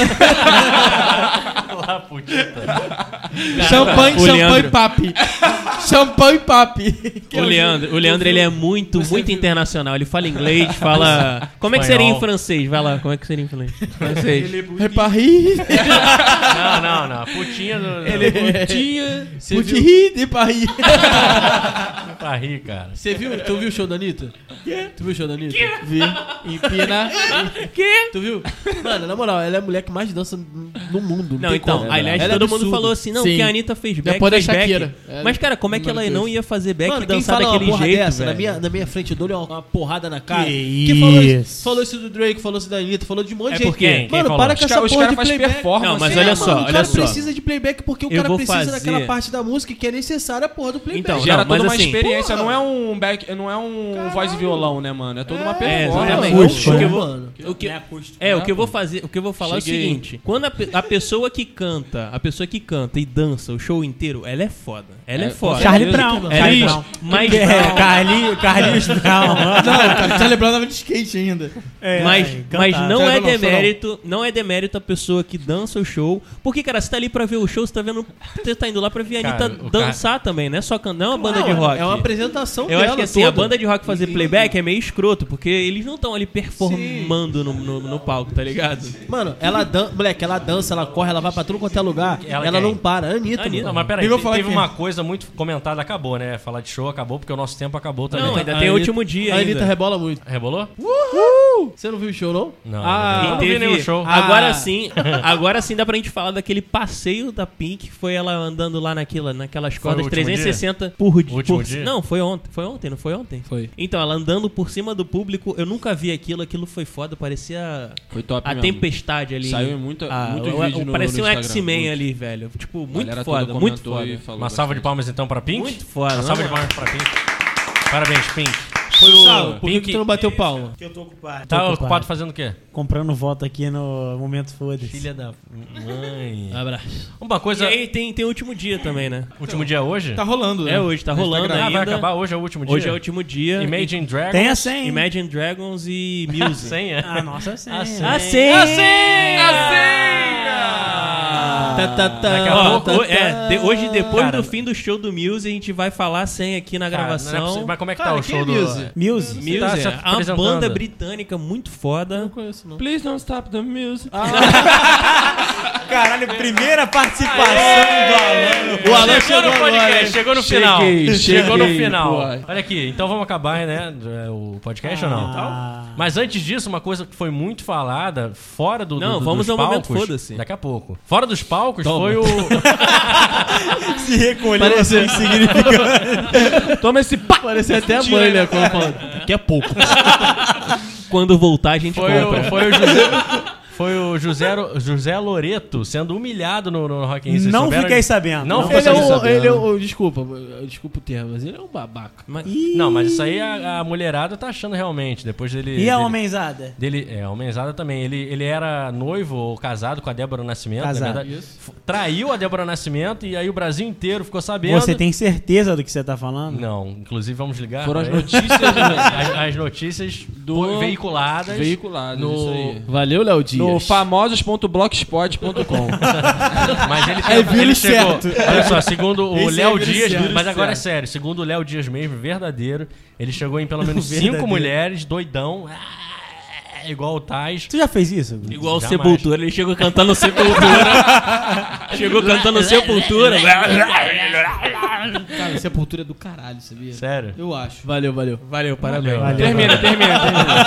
B: Lá, putita.
G: champanhe,
F: o
G: champanhe
F: Leandro.
G: papi. champanhe papi.
F: O Leandro, o Leandro ele é muito, muito internacional. Ele fala inglês, fala. Como é que
B: Espanhol.
F: seria em francês? Vai lá, como é que seria em francês? francês.
G: É Reparri.
B: Não, não, não. Putinha do.
G: É.
E: É
G: Putinha. Putinha de Paris.
B: pra rir, tá cara.
E: Você viu? Tu viu o show da Anitta? Quê? Tu viu o show da Anitta?
G: Vi.
E: Empina. Quê? Tu viu? Mano, na moral, ela é a mulher que mais dança no mundo.
F: Não, então, aliás,
E: Ela é
F: todo mundo
E: absurdo.
F: falou assim, não,
G: Sim.
F: que a Anitta fez back,
G: Depois da
F: fez back.
G: Shakira. É,
F: Mas, cara, como é que
G: número
F: ela não
G: dois.
F: ia fazer back
E: Mano,
F: e
E: quem
F: dançar
E: fala uma
F: daquele
E: porra
F: jeito,
E: dessa, na
F: velho?
E: minha, na minha frente, eu dou-lhe uma, uma porrada na cara.
C: Que
E: falou,
C: isso.
E: isso, falou isso do Drake, falou isso da Anitta, falou de um monte
F: É
E: de gente.
F: porque- Quem? Quem
E: Mano,
F: falou?
E: para
A: Os
E: com essa
A: caras- os
E: porra
A: caras
E: de
A: fazem
E: playback.
A: performance.
F: Não, mas
E: É,
F: olha
E: mano,
F: só,
E: o
F: olha
E: cara
F: só.
E: precisa de playback porque o
F: Eu
E: cara
F: vou
E: precisa
F: fazer-
E: daquela parte da música que é necessária a porra do playback.
F: Então,
A: Gera
F: não, mas
A: toda uma
F: assim,
A: experiência, não é um back, não é um voz e violão, né, mano? É toda uma
F: É,
A: performance.
F: exatamente.
E: Mano,
F: O que eu vou-
E: mano.
F: o que-
C: Não é acústico.
F: É, o que eu vou fazer, o que eu vou falar é o seguinte: quando a, pe- a pessoa que canta, a pessoa que canta e dança o show inteiro, ela é foda. Ela é, foda.
C: Charlie
A: Beleza,
C: Brown.
F: Ela
C: Charlie
F: é
C: Brown.
F: Mas,
C: É, Carli- Carlinhos Brown.
G: Não, cara, Charlie Brown tava de skate ainda.
C: É,
F: mas,
C: é,
F: mas
C: cantado.
F: não
G: Não, não,
F: é
G: não,
F: demérito, não é demérito a pessoa que dança o show. Porque, cara, você tá ali pra ver o show, você tá vendo. Você tá indo lá pra ver a
B: Cara,
F: Anitta
B: o cara-
F: dançar também, né? Só can... Não é uma banda de rock.
E: É uma apresentação
F: Eu
E: dela
F: acho que assim, a
E: toda.
F: banda de rock fazer
E: E-
F: playback é meio escroto, porque eles não estão ali performando no, no- no palco, tá
E: é
F: ligado?
E: Mano, ela dança, moleque, ela dança, ela corre, ela vai pra tudo quanto é lugar.
B: Ela
E: Ela,
B: quem?
E: Tá não para. Anitta,
F: Anitta,
B: Não,
E: mano.
B: mas peraí,
G: Eu vou
B: te-
G: falar
B: teve
G: aqui.
B: uma coisa muito comentada, acabou, né? Falar de show acabou, porque o nosso tempo acabou também. Ah, é.
F: Não, ainda tem
E: A
F: o último
E: Anitta-
F: dia
E: A Anitta
F: ainda.
E: rebola muito.
B: Rebolou?
E: Você não viu o show, não?
B: Não,
E: Uh, Ah,
B: não,
F: E
B: não vi
F: teve-
B: nenhum show.
F: Agora
E: Ah.
F: sim, agora sim dá pra gente falar daquele passeio da Pink, que foi ela andando lá naquela, naquelas
B: Foi o
F: cordas
B: último dia?
F: 360 por
B: O
F: dia.
B: último dia?
F: Não, foi ontem. Foi ontem, não foi ontem?
E: Foi.
F: Então, ela andando por cima do público, eu nunca vi aquilo, aquilo foi foda, parecia
A: Foi top
F: a
A: mesmo.
F: tempestade ali.
A: Saiu em muita-
F: Ah,
A: muitos
F: o- o-
A: vídeos no-
F: Parecia
A: no
F: um
A: Instagram,
F: X-Men
A: muito.
F: ali, velho. Tipo,
A: A
F: muito
A: galera
F: foda,
A: toda
F: muito
A: comentou
F: foda.
A: e falou assim,
B: Uma salva de
A: bastante.
B: palmas então pra Pink.
F: Muito foda,
B: Uma
F: né,
B: salva de
F: mano?
B: palmas pra Pink. Parabéns, Pink.
E: Foi o... Salve, por que,
B: Pink-
E: que tu não bateu palma?
C: Que eu tô ocupado. Tô
B: Tá ocupado fazendo o quê?
C: Comprando voto aqui no Momento Foda-se.
F: Filha da.
B: Mãe.
F: Abraço.
B: Uma
F: E
B: coisa.
F: aí tem, tem o último dia também, né?
B: Último dia hoje?
G: Tá rolando, né?
F: É hoje, tá rolando
B: Ah, vai
F: ainda.
B: acabar hoje, é o último dia.
F: Hoje é o último dia.
B: Imagine Dragons.
C: Tem a senha. hein?
F: Imagine Dragons e
B: A
F: Muse. Ah,
B: senha. É
C: Ah, nossa, a senha.
F: A senha!
E: Tá, tá, tá,
B: Daqui a
F: Ó,
B: pouco-
F: o- é, de- hoje, depois
B: Cara,
F: do fim do show do Muse, a gente vai falar a senha aqui na
B: Cara, não é
F: gravação.
B: possível. mas como é que tá
E: Cara,
B: o
E: quem
B: show
E: é
B: do.
E: Muse?
C: Muse.
F: Muse
B: Tá se
F: é uma
B: apresentando.
F: banda britânica muito foda.
E: conheço, não.
A: Please don't stop the music.
C: Caralho, primeira participação do Alan.
B: O Alan chegou no
A: agora,
B: podcast,
A: hein?
B: chegou no
A: Cheguei,
B: final. chegou no
A: cheguei,
B: final.
A: porra.
B: Olha aqui, então vamos acabar, né? é, O podcast ou não?
C: Ah.
B: Mas antes disso, uma coisa que foi muito falada, fora do.
F: Não,
B: do-
F: vamos
B: dos
F: ao momento
B: palcos,
F: foda-se.
B: Daqui a pouco. Fora dos palcos foi o.
C: Se recolheu assim, significa.
E: Toma esse pá! Parecia até a mãe, né? Quando falando.
F: Daqui a pouco. Quando voltar, a gente
B: Foi o,
F: compra.
B: foi o José. Foi o José, José Loreto sendo humilhado no, no Rock in Rio. Vocês
C: Não
B: souberam?
C: fiquei sabendo.
B: Não,
C: Não
B: ficou
E: Ele é,
B: sabendo.
E: um,
A: sabendo.
E: ele é um, desculpa, desculpa o termo, mas ele é um babaca.
F: Mas-
B: Não, mas isso aí a, a mulherada tá achando realmente. Depois dele.
C: E
B: dele-
C: a homenzada?
B: Dele, é, a homenzada também. Ele, ele era noivo ou casado com a Débora Nascimento,
C: Casado.
B: na verdade. F- Traiu a Débora Nascimento e aí o Brasil inteiro ficou sabendo.
C: Você tem certeza do que você tá falando?
B: Não, inclusive vamos ligar.
A: Foram as
B: pra ele.
A: notícias né,
B: As, as notícias
A: Do-
B: veiculadas.
A: veiculadas,
B: No-
A: isso aí.
E: Valeu, Léo Dias.
A: No famosos.blogspot.com.
B: Mas ele,
G: É vírus
B: ele chegou.
G: certo.
B: Olha só, segundo o
G: Esse é
B: Léo
G: vírus
B: Dias,
G: certo.
B: mas agora é sério, segundo o Léo Dias mesmo, verdadeiro, ele chegou em pelo menos cinco
C: Verdadeiro.
B: mulheres, doidão. ah, Igual o Tais.
C: Tu já fez isso? Gugu?
F: Igual o
B: Jamais.
F: Sepultura, ele chegou cantando Sepultura. chegou cantando Sepultura.
G: Cara, sepultura é do caralho, sabia?
B: Sério.
G: Eu acho.
E: Valeu, valeu.
F: Valeu, parabéns.
B: Termina, termina, termina.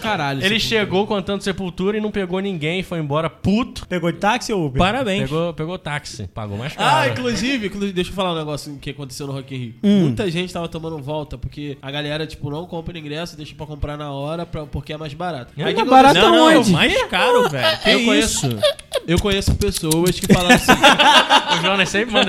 G: Caralho.
B: Ele
G: sepultura.
B: chegou contando sepultura e não pegou ninguém, foi embora puto.
C: Pegou de táxi ou Uber?
F: Parabéns.
B: Pegou, pegou táxi, pagou mais
E: Ah,
B: caro.
E: inclusive, inclusive, deixa eu falar um negócio que aconteceu no Rock in Rio. Muita gente tava tomando volta, porque a galera, tipo, não compra ingresso, deixa pra comprar na hora, pra- porque é mais barato.
B: É
E: Aí,
B: mais
E: que
B: barato
E: aconteceu?
F: não, não, mais caro, velho. Que
E: eu conheço,
F: isso?
E: eu conheço pessoas que falaram assim,
B: o Jonas sempre manda.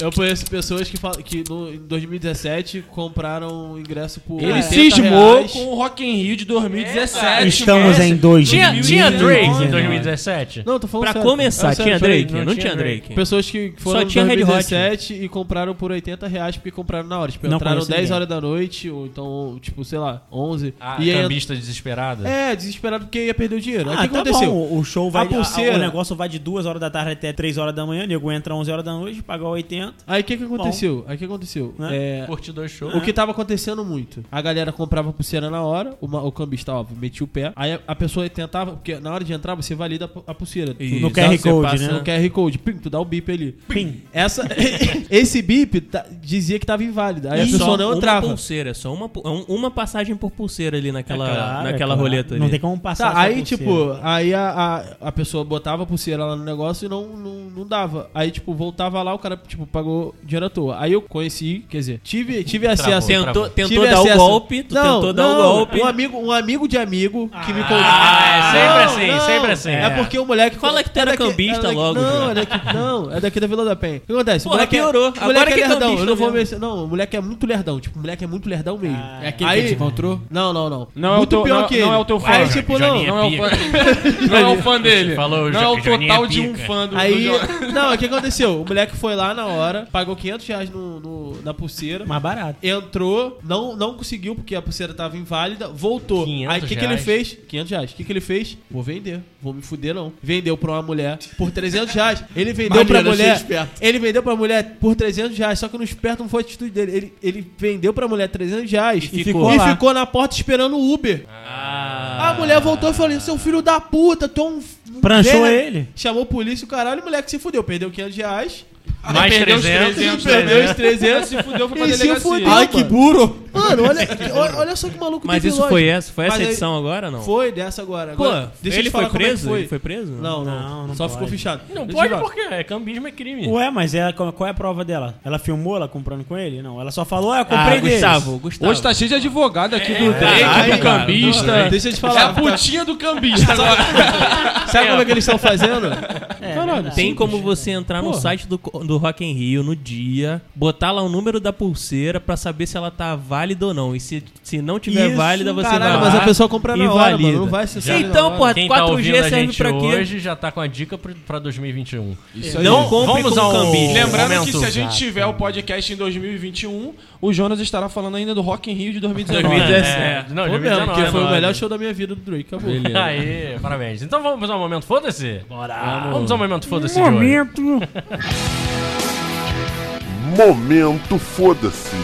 E: eu conheço pessoas que, falam, que no, em 2017 compraram ingresso por
A: Ele
E: 80
A: cismou
E: reais.
A: com o Rock in Rio de 2017.
C: Estamos em dois.
B: Tinha, tinha Drake em
C: 2019.
B: 2017?
E: Não, tô falando
F: Pra
E: sério.
F: começar,
E: É sério,
F: tinha
E: peraí,
F: Drake? Não, tinha Drake.
E: Pessoas que foram
F: Só
E: Só
F: tinha
E: tinha
F: Red Hot.
E: 2017 e compraram por 80 reais porque compraram na hora. Tipo,
C: Não
E: entraram
C: conheço
E: 10
C: ninguém.
E: horas da noite, ou então, tipo, sei lá, 11.
B: A
E: e aí,
B: Ah, cambista desesperada.
E: é, desesperado porque ia perder o dinheiro. aí o
C: Ah,
E: que
C: tá
E: aconteceu?
C: bom, o show vai...
E: A pulseira-
C: o negócio vai de 2 horas da tarde até 3 horas da manhã, nego entra 11 horas da noite, paga 80.
E: Aí o que, que aconteceu? Aí o que aconteceu?
C: Né?
E: É,
B: Curti dois shows.
E: O que tava acontecendo muito? A galera comprava pulseira na hora, uma- o cambista, óbvio, metia o pé. Aí a, a pessoa tentava, porque na hora de entrar você valida a pu- a pulseira. Tu- um
C: No
E: tu dá-
C: QR
E: você
C: Code,
E: passa
C: né?
E: No QR Code, pim, tu dá o bip ali.
C: Pim.
E: Essa, esse bip tá- dizia que tava inválida. Aí a
F: E
E: pessoa
F: É só
E: não é
F: uma
E: entrava.
F: pulseira, só uma, pu- é um- uma passagem por pulseira ali naquela,
C: É claro, é
F: naquela
C: claro.
F: roleta ali.
C: Não tem como passar.
E: Tá,
C: essa
E: aí,
C: pulseira.
E: tipo,
F: né?
E: aí a, a, a pessoa botava a pulseira lá no negócio e não, não, não dava. Aí, tipo, voltava lá, o cara, tipo, pagou dinheiro à toa. Aí eu conheci, quer dizer, tive, tive acesso.
B: Travou.
F: Tentou,
B: Tive
F: tentou
E: tive
F: dar o
E: acesso-
F: golpe, tu
E: Não,
F: tentou dar o
E: não,
F: golpe.
E: Um amigo, um amigo de amigo que me contou.
B: Ah, é sempre assim, sempre assim.
E: É porque o moleque.
F: Fala que tu era
E: é daqui-
F: cambista
E: é daqui-
F: logo,
E: Não,
F: cara.
E: é daqui, não, é daqui da Vila da Penha. O que acontece?
F: Porra,
E: moleque é-
F: piorou.
E: o
F: Agora
E: moleque
F: que é
E: é lerdão.
F: cambista
E: Eu não vou
F: mesmo.
E: mencionar. Não, o moleque é muito lerdão. Tipo, o moleque é muito lerdão mesmo.
F: Ah.
G: É aquele
E: Aí-
G: que te encontrou?
E: Não, não, não.
A: Não é o
E: muito
A: teu-
E: pior
A: não-
E: que ele.
A: não é o teu fã.
E: Aí, tipo, não.
B: Joaninha
A: Não é o
B: pica.
A: fã, não é o fã dele.
B: Falou,
A: não é o
B: Joaninha
A: total de um
B: pica.
A: fã do,
E: Aí,
A: do Joaninha.
E: não, o que aconteceu? O moleque foi lá na hora, pagou 500 reais no, no- na pulseira,
C: Mais barato.
E: entrou, não, não conseguiu porque a pulseira tava inválida, voltou.
B: 500
E: Aí o que, que ele
B: reais?
E: fez? 500 reais. O que, que ele fez? Vou vender, vou me fuder não. Vendeu pra uma mulher por 300 reais. Ele vendeu pra
G: Maneiro, achei
E: mulher.
G: esperto.
E: Ele vendeu pra mulher por 300 reais, só que no esperto não foi a atitude dele. Ele, ele vendeu pra mulher 300 reais
C: E ficou lá. Ah.
E: ficou na porta esperando o Uber. A mulher voltou e falou: seu filho da puta, tu é um. um
C: Pranchou
E: velho."
C: ele.
E: Chamou a polícia, o caralho, o moleque se fudeu. Perdeu 500 reais.
B: Mais
E: perdeu os
B: 300,
E: 300,
B: 300,
E: perdeu os
B: 300.
E: 300, se fudeu, foi pra
G: E se
E: delegacia.
G: fudeu, Ai, que burro!
E: Mano, olha, que- olha, olha só que maluco
F: Mas isso
E: debilóide.
F: foi essa? Foi essa
E: Mas aí-
F: edição agora não?
E: Foi dessa agora.
F: Pô,
E: agora deixa eu
F: ele
E: te falar
F: foi
E: como é que
F: preso? Ele foi preso?
E: Não, não.
C: Não, não
E: só
C: pode.
E: ficou fechado.
B: Não
E: Deixa eu
B: pode
E: falar.
B: porque é cambismo é crime.
C: Ué, mas ela, qual qual é a prova dela? Ela filmou ela comprando com ele? Não, ela só falou, ah, eu comprei dele.
F: Gustavo, Gustavo.
A: Hoje tá cheio de advogado aqui do
B: caralho,
A: Drake, do
B: cara.
A: cambista.
E: Deixa eu te
A: É a
E: falar. tá.
A: putinha do cambista agora.
E: Sabe como é que eles estão fazendo?
F: É, Tem como você entrar no site do, co- do Rock in Rio no dia, botar lá o número da pulseira pra saber se ela tá válida ou não. E se, se não tiver
C: Isso,
F: válida, você
E: Caralho,
F: vai
E: mas
F: lá.
E: a pessoa compra
F: e
E: na hora,
F: valida.
E: mano. Não vai se sabe na
F: Então,
E: hora.
F: porra,
B: Quem
F: 4G
B: tá ouvindo a
F: serve
B: gente
F: pra quê?
B: hoje já tá com a dica pro- pra 2021.
A: Isso
F: Não compre
B: Vamos
F: com
B: ao-
F: cambista.
A: Lembrando que
B: Momento.
A: se a gente tiver o podcast em 2021, o Jonas estará falando ainda do Rock in Rio de 2019.
B: 2017. É, não,
E: Foi mesmo,
B: 2019,
E: porque foi o
B: mano.
E: melhor show da minha vida do Drake, acabou.
B: Aí, parabéns. Então vamos ao momento foda-se? Bora! Vamos ao momento foda-se de hoje.
H: Momento foda-se.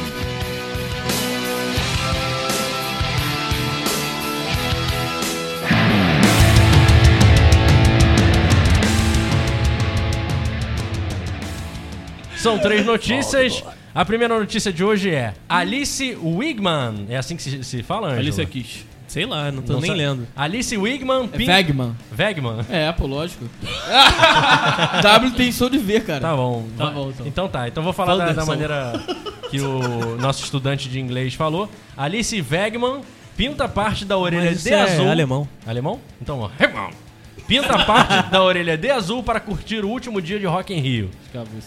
B: São três notícias. A primeira notícia de hoje é Alice Wigman. É assim que se, se fala, Ângelo?
E: Alice Kiss.
F: Sei lá, não tô nem
B: sabe.
F: lendo.
B: Alice Wigman Pink...
G: Vegman.
B: Wegman.
G: É, pô, lógico. w tem som de V, cara.
B: Tá bom.
G: Tá
B: Vai-
G: bom, então.
B: tá. Então vou falar da, da
G: Anderson.
B: maneira que o nosso estudante de inglês falou. Alice Wegman pinta parte da orelha
F: Mas isso
B: de
F: é
B: azul.
F: alemão.
B: Alemão? Então, ó. Alemão. Pinta parte da orelha de azul para curtir o último dia de Rock in Rio.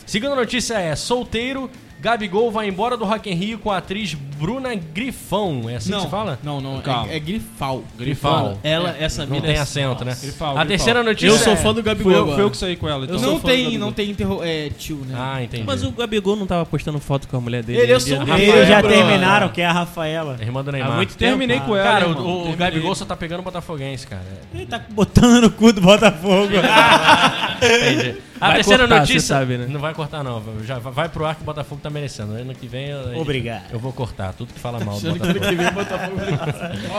B: Segunda notícia é: solteiro, Gabigol vai embora do Rock in Rio com a atriz Bruna Grifão. É assim que se fala?
G: Não, não.
A: Calma.
G: É, é grifal.
B: Grifal.
E: Ela, essa
B: Não
E: mina
B: tem
E: é-
B: acento, né?
A: Grifal,
B: A
A: Grifal.
B: terceira notícia
E: Eu sou
B: é-
E: fã do
A: Fui
E: Gabigol
A: eu, fui eu
E: agora.
A: que saí com ela, então.
E: sou
G: Não
E: fã do
G: tem,
E: Gabigol.
G: não tem interro... É, tio, né?
B: Ah, entendi.
F: Mas o Gabigol não tava postando foto com a mulher dele.
E: Ele é
F: né?
E: solteiro.
C: Eles já
E: Lembro,
C: terminaram, que é a Rafaela.
B: Irmã do Neymar.
A: Ah. Terminei com ela.
B: Cara, o,
A: irmão.
B: o
A: Terminei.
B: Gabigol só tá pegando botafoguense, cara.
C: Ele tá botando no cu do Botafogo.
B: Entendi. A
F: Vai
B: terceira
F: cortar,
B: notícia.
F: você sabe, né?
B: Não vai cortar, não. Já vai- vai pro ar que o Botafogo tá merecendo. Ano que vem. Eu,
C: Obrigado.
B: Eu vou cortar tudo que fala mal do Botafogo.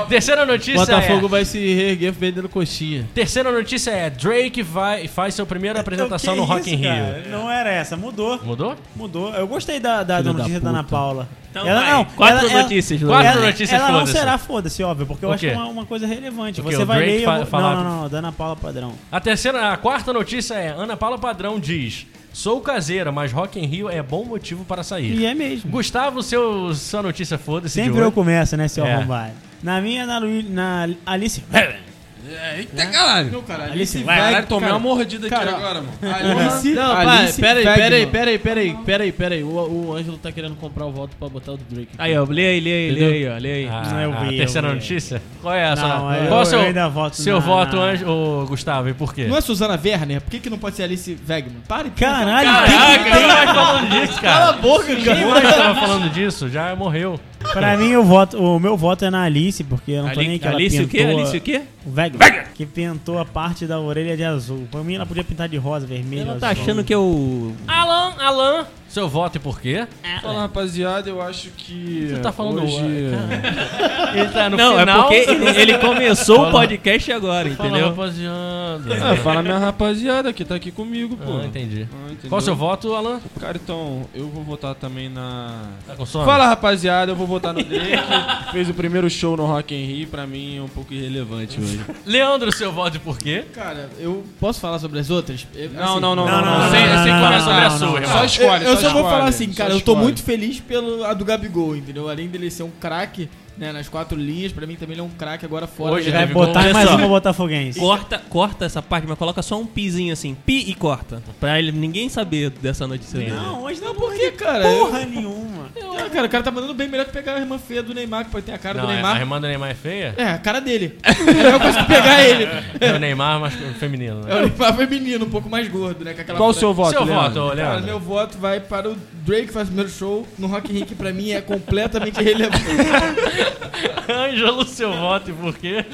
B: terceira notícia
E: Botafogo
B: é.
E: vai se reerguer vendendo coxinha.
B: Terceira notícia é: Drake vai, faz sua primeira apresentação
C: Que é
B: no Rock
C: isso,
B: in
C: cara?
B: Rio.
C: Não era essa, mudou.
B: Mudou?
C: Mudou. Eu gostei da, da, da notícia da, Ana Paula.
F: Então vai, quatro notícias,
C: ela,
B: Quatro
C: ela-
B: notícias,
C: Ela não
B: foda-se.
C: será foda-se, óbvio, porque eu
B: O
C: acho é
B: quê?
C: uma, uma coisa relevante.
B: O quê?
C: Você
B: O
C: vai
B: Drake
C: ler e eu...
B: fa-
C: Não,
B: falar-
C: não, não, não, da Ana Paula padrão.
B: A terceira, a quarta notícia é: Ana Paula Padrão diz: Sou caseira, mas Rock in Rio é bom motivo para sair.
C: E é mesmo.
B: Gustavo, seu, sua notícia foda-se. de
C: Sempre
B: hoje.
C: eu começo, né, seu
B: É.
C: arrombado. Na minha, na, Lu- na Alice...
A: Eita, caralho.
C: Alice
A: Caralho, tomei uma mordida aqui
G: cara,
A: agora, mano.
E: Não, pai,
G: Alice
E: peraí,
G: Wegman.
E: peraí, peraí, peraí, peraí, peraí. O, o Ângelo tá querendo comprar o voto pra botar o do Drake.
F: Aí, ó, lê aí, lê aí, lê aí, ó, lê aí.
B: Ah,
C: Não, é eu
B: a
C: vi,
B: terceira
C: eu vi.
B: notícia? Qual é essa?
C: Não, eu-
B: Qual é o seu,
C: eu ainda voto
B: seu
C: na-
B: voto,
C: na-
B: Anjo, ô, Gustavo, e por quê?
G: Não é Suzana Werner? Por que, que não pode ser Alice Wegman? Pare, pô.
C: Caralho, né?
B: Caraca, quem vai falando disso,
G: Cala a
B: cara?
G: boca,
B: Quem
G: cara.
B: mais tava falando disso? Já morreu.
C: Pra mim, eu voto, o meu voto é na Alice, porque eu não tô nem que ela
F: Alice o quê?
C: pintou...
F: Alice o quê?
C: O Vega, que pintou a parte da orelha de azul. Pra mim, ela podia pintar de rosa, vermelho,
F: Ela
C: azul.
F: tá achando que é o...
B: Alan, Alan, Seu voto e por quê?
A: Fala, rapaziada, eu acho que.
B: Você tá falando
A: hoje.
B: Ele tá no
F: Não,
B: final.
F: é porque ele, ele começou
B: Fala.
F: o podcast agora,
B: Fala,
F: entendeu?
A: Ah,
B: rapaziada.
A: fala minha rapaziada que tá aqui comigo, pô.
B: Ah, É. entendi.
A: Ah, entendeu?
B: Qual o seu voto, Alan?
A: Cara, então, eu vou votar também na.
B: Tá com sono?
A: Fala rapaziada, eu vou votar no Drake. Fez o primeiro show no Rock in Rio, pra mim é um pouco irrelevante hoje.
B: Leandro, seu voto e por quê?
D: Cara, eu posso falar sobre as outras? Eu-
A: Não,
D: assim,
A: não, não, não,
C: não,
A: não.
C: não,
A: sem
C: não,
A: sem
C: não,
A: conversa
C: não,
A: sobre a
C: não,
A: sua,
C: não.
A: irmão. Só escolhe.
D: Eu, eu só vou
A: escolhe,
D: falar assim,
A: só
D: cara, eu tô
A: escolhe.
D: muito feliz pelo a do Gabigol, entendeu? Além dele ser um craque, né, nas quatro linhas, pra mim também ele é um craque agora fora.
B: Hoje,
D: né?
B: né?
C: Vai
B: Teve
C: botar
F: gol.
C: mais
F: Olha só.
C: uma Botafoguense.
F: Corta, corta essa parte, mas coloca só um pizinho assim, pi e corta. Pra ele, ninguém saber dessa notícia. dele.
C: Não, hoje não,
D: Por que, cara?
C: porra nenhuma.
D: Eu- Ah, cara, o cara tá mandando bem melhor que pegar a irmã feia do Neymar, que pode ter a cara
B: Não,
D: do
B: a-
D: Neymar.
B: a irmã do Neymar é feia?
D: É, a cara dele. Eu consigo pegar ele.
B: É o Neymar, mas feminino,
D: É
B: né?
D: o Neymar feminino, um pouco mais gordo, né? Com aquela
A: Qual o
D: franja.
A: seu voto,
B: seu
A: Leandro?
B: voto, ô,
D: Cara,
B: Leandro.
D: meu voto vai para o Drake que faz o primeiro show no Rock in Rio, que pra mim é completamente irrelevante.
B: Ângelo, seu voto e por quê?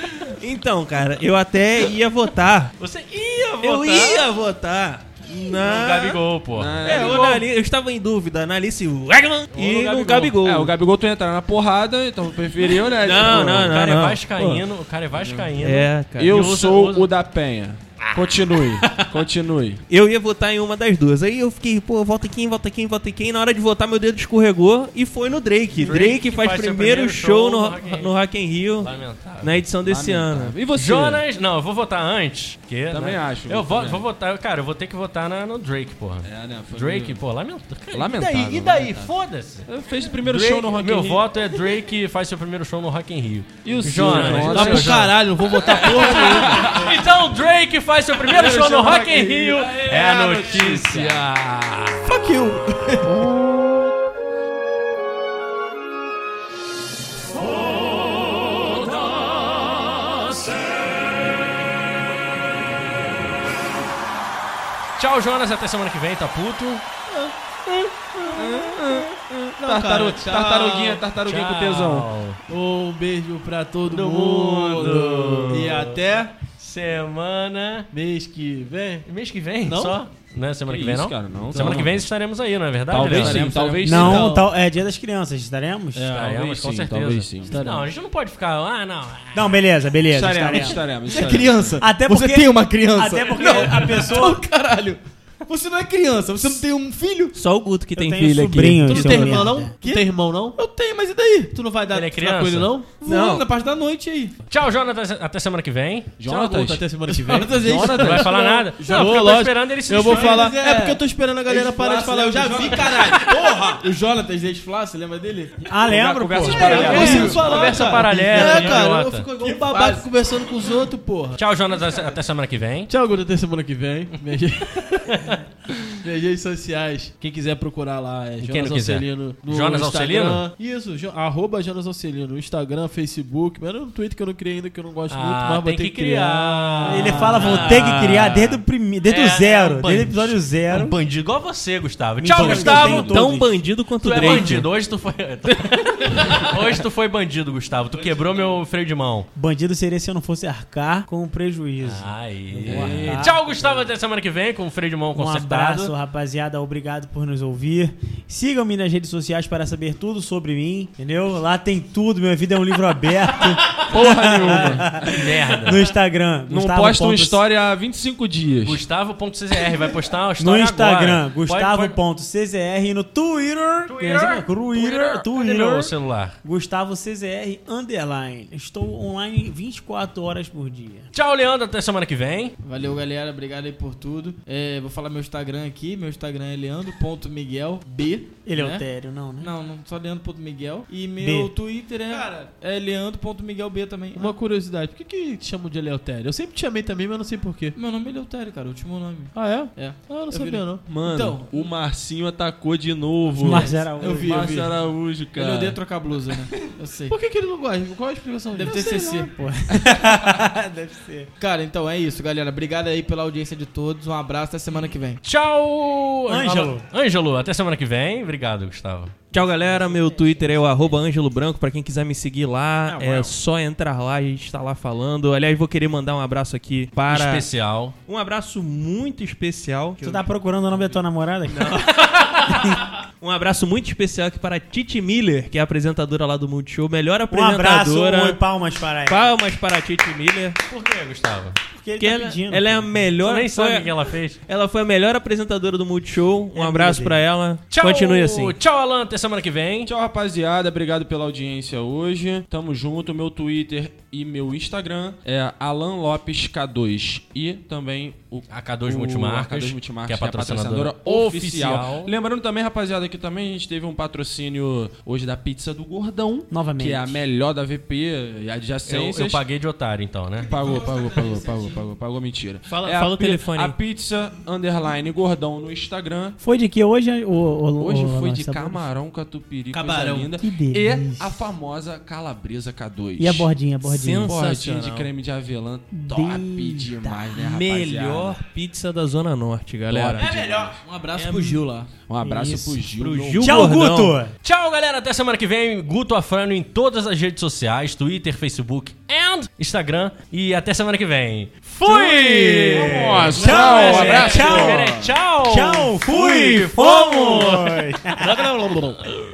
F: Então, cara, eu até ia votar.
B: Você ia votar.
F: Eu ia votar
B: No
F: na.
B: Gabigol, pô.
F: É, ou na Ali- eu estava em dúvida na Alice Wegman e no Gabigol.
A: É, o Gabigol tu ia entrar na porrada, então preferiu, né?
F: Não,
A: Tipo,
F: não,
B: O
F: não.
B: cara é
F: não.
B: vascaíno, o cara é vascaíno.
F: É, cara.
A: Eu
B: usa-
A: sou
B: usa-
A: o da Penha. Continue, continue.
F: Eu ia votar em uma das duas. Aí eu fiquei, pô, vota em quem, vota em quem, vota em quem. Na hora de votar, meu dedo escorregou e foi no Drake. Drake, faz,
B: faz seu
F: primeiro,
B: primeiro
F: show no,
B: show no Rock in Rio.
F: no Rock in Rio
B: Lamentável.
F: na edição desse ano.
A: E você?
B: Jonas, não, eu vou votar antes. Porque,
A: Também
B: né?
A: acho,
B: Eu
A: eu
B: vou,
A: também.
B: vou votar, cara, eu vou ter que votar na- no Drake, porra.
A: É, né? Foi
B: Drake, pô, lamentável. Cara,
A: Lamentável,
B: E daí? E daí? Foda-se.
A: meio- Fez o primeiro
B: Drake-
A: show no Rock in
B: meu
A: Rio.
B: voto é Drake faz seu primeiro show no Rock in Rio.
A: E o
B: Jonas,
A: seu,
B: dá
A: Jonas?
B: pro cara.
E: Caralho, não vou votar porra nenhuma.
B: Então Drake faz seu primeiro show no Rock in Rio. É a notícia.
E: Fuck you.
B: Tchau, Jonas. Até semana que vem, tá puto.
A: Tartaru-
E: Não, cara, tchau.
A: Tartaruguinha, tartaruguinha com tesão.
E: Um beijo pra todo mundo. E até
B: Semana.
E: mês que vem.
B: Mês que vem?
E: Não?
B: Só? Não é semana que, vem,
A: isso,
B: não?
A: cara, não.
B: Semana
A: Não,
B: que vem estaremos aí, não é verdade?
A: Talvez
B: Leandro?
A: sim, talvez sim.
C: Não,
E: Então-
C: tal- é dia das crianças, estaremos?
B: Estaremos, com certeza.
A: Talvez sim.
B: Não, a gente não pode ficar. Ah, não. ah,
C: Não, beleza, beleza, estaremos.
A: Estaremos, estaremos.
D: Você é
A: estaremos.
D: criança.
C: Até
D: você
C: porque-
D: tem uma criança.
C: Até porque
D: Não, então,
C: a pessoa...
D: caralho. Você não é criança, você não tem um filho?
F: Só o Guto que
C: Eu
F: tem
C: tenho
F: filho
C: sobrinho,
F: aqui.
C: eu
F: Tu não
C: sou
F: tem
C: mesmo.
F: irmão,
E: Irmão,
F: não?
E: não? é Tu tem irmão, não?
D: Eu tenho, mas e daí?
E: Tu tá não vai dar
B: Ele é
E: ficar com ele,
B: criança?
E: não?
D: Vou
F: Não.
D: na parte da noite aí.
B: Tchau, Jonathan. Até semana que vem.
E: Tchau,
A: Jonatas,
E: Guto, até semana que vem.
B: Não vai falar nada. Não, porque eu tô
E: lógico.
B: esperando ele se
E: Eu vou
B: despedir.
E: falar.
D: é-
E: É porque eu tô esperando a galera parar de falar. Eu já vi, cara.
D: O Jonatas de Flá, você lembra dele?
C: Ah, lembro, pô. assim?
E: Eu
B: É,
E: consigo falar.
B: Conversa
E: cara.
B: paralela,
E: É,
B: de
E: cara. Eu
B: idiota.
E: fico igual um babaca conversando com os outros, porra.
B: Tchau, Jonas. Até semana que vem.
E: Tchau, Guto, até semana que vem. Minhas re- Minhas redes sociais. Quem quiser procurar lá é
B: quem
E: Jonas
B: não quiser?
E: Alcelino. No
B: Jonas
E: Instagram.
B: Alcelino?
E: Isso, jo- arroba Jonas Alcelino. no Instagram, Facebook. Mas é um Twitter que eu não criei ainda, que eu não gosto muito,
B: Ah,
E: mas vou
B: tem
E: ter
B: que criar.
C: Ele fala, vou ter que criar desde o, prime... desde
B: É,
C: o zero,
B: é um
C: desde o
B: bandido.
C: episódio
B: É
C: zero.
B: um bandido igual você, Gustavo.
C: Mentira,
B: Tchau,
C: eu
B: Gustavo.
C: tenho
B: Tu
C: todos.
F: Tão bandido quanto o
B: é
F: Drake.
B: bandido. Hoje tu foi. Hoje tu foi bandido, Gustavo. Tu quebrou meu freio de mão.
C: Bandido seria se eu não fosse arcar com o prejuízo.
B: Ah, Aí. Tchau, Um Gustavo. Até semana que vem com o freio de mão
C: Um
B: consertado.
C: abraço, rapaziada. Obrigado por nos ouvir. Sigam-me nas redes sociais para saber tudo sobre mim, entendeu? Lá tem tudo. Minha vida é um livro aberto
A: porra nenhuma.
B: Merda.
C: no Instagram.
A: Não
C: Gustavo
A: posta uma
C: ponto-
A: história há 25 dias.
B: Gustavo.czr vai postar uma
C: No
B: história
C: Instagram,
B: agora. Pode- pode-
C: Gustavo.czr e no Twitter.
B: Twitter,
C: Twitter.
B: Cadê meu
C: Twitter.
B: celular.
C: Gustavo CZR Underline. Estou online 24 horas por dia.
B: Tchau, Leandro. Até semana que vem.
D: Valeu, galera. Obrigado aí por tudo. É, vou falar meu Instagram aqui. Meu Instagram é leandro.miguelb.
C: Ele é
D: né?
C: Otério, não, né?
D: Não, não, só leandro.miguel. E meu
C: B.
D: Twitter é, é leandro.miguelb também.
E: Uma curiosidade, por que, que te chamam de Eleutério? Eu sempre te chamei também, mas não sei porquê.
D: Meu nome é Eleutério, cara. O último nome.
E: Ah, é?
D: É.
E: Ah, eu não sabia,
D: virei-
E: não.
A: Mano,
D: Então.
A: o Marcinho atacou de novo.
C: Mas era o-
D: Eu vi, eu vi.
A: Márcio Araújo, cara.
D: Ele odeia trocar blusa, né? Eu sei.
E: Por que, que ele não gosta? Qual é a explicação
D: Deve ter
E: disso? Eu sei
D: CC.
E: lá.
C: Deve ser.
D: Cara, então é isso, galera. Obrigado aí pela audiência de todos. Um abraço. Até semana que vem.
G: vem.
B: Tchau!
C: Ângelo.
B: Ângelo, até semana que vem. Obrigado, Gustavo.
F: Tchau, galera. Meu Twitter é o arroba Ângelo Branco. Pra quem quiser me seguir
C: Ah,
F: lá, é só entrar lá. A gente tá lá falando. Aliás, vou querer mandar um abraço aqui para...
B: Especial.
F: Um abraço muito especial.
C: Tu tá procurando o nome da tua namorada? Não.
F: Um abraço muito especial aqui para a Titi Miller, que é a apresentadora lá do Multishow. Melhor
C: Um abraço,
F: apresentadora.
C: um e palmas para ela.
F: Palmas para a Titi Miller.
B: Por que, Gustavo?
C: Porque ele
F: Porque
C: tá
F: ela,
C: pedindo.
F: ela é a melhor...
B: Eu nem
F: foi-
B: sabe o que ela fez.
F: Ela foi a melhor apresentadora do Multishow.
C: É
F: Um abraço
C: meu Deus.
F: pra ela.
B: Tchau!
F: Continue assim.
B: Tchau, Alan. Até semana que vem.
A: Tchau, rapaziada. Obrigado pela audiência hoje. Tamo junto. Meu Twitter e meu Instagram é Alan Lopes K2. E também o
B: A K2
A: o
B: Multimarcas,
A: AK2 Multimarcas,
B: que é a patrocinadora
A: oficial.
B: oficial.
A: Lembrando também, rapaziada, que também a gente teve um patrocínio hoje da Pizza do Gordão.
C: Novamente.
A: Que é a melhor da VP e
B: Eu,
A: adjacências.
B: eu paguei de otário, então, né?
A: Pagou, pagou, pagou, pagou, pagou, pagou, mentira. É
F: Fala-
A: a
F: fala o
A: pi-
F: telefone aí.
A: A pizza underline gordão no Instagram.
C: Foi de que hoje? O, o,
A: Hoje
C: o-
A: foi
C: o-
A: de
C: sabores?
A: camarão catupiry,
E: Camarão.
A: coisa linda.
C: Que
A: e
C: delícia.
A: a famosa calabresa K2.
C: E a bordinha, a bordinha.
F: Sensacional.
A: Bordinha de creme de avelã. Top demais, né, rapaziada?
F: Melhor pizza da Zona Norte, galera.
A: Top.
E: Um abraço pro Gil lá.
A: Um abraço
C: Isso.
A: pro Gil.
F: Pro
A: meu
F: Gil
C: Tchau,
F: Gordão.
C: Guto!
B: Tchau, galera. Até semana que vem. Guto Afrano em todas as redes sociais: Twitter, Facebook and Instagram. E até semana que vem. Fui! Não,
A: Vamos! Tchau,
B: é-
A: abraço!
B: Tchau! Tchau!
C: Tchau, fui, fomos!
B: fomos!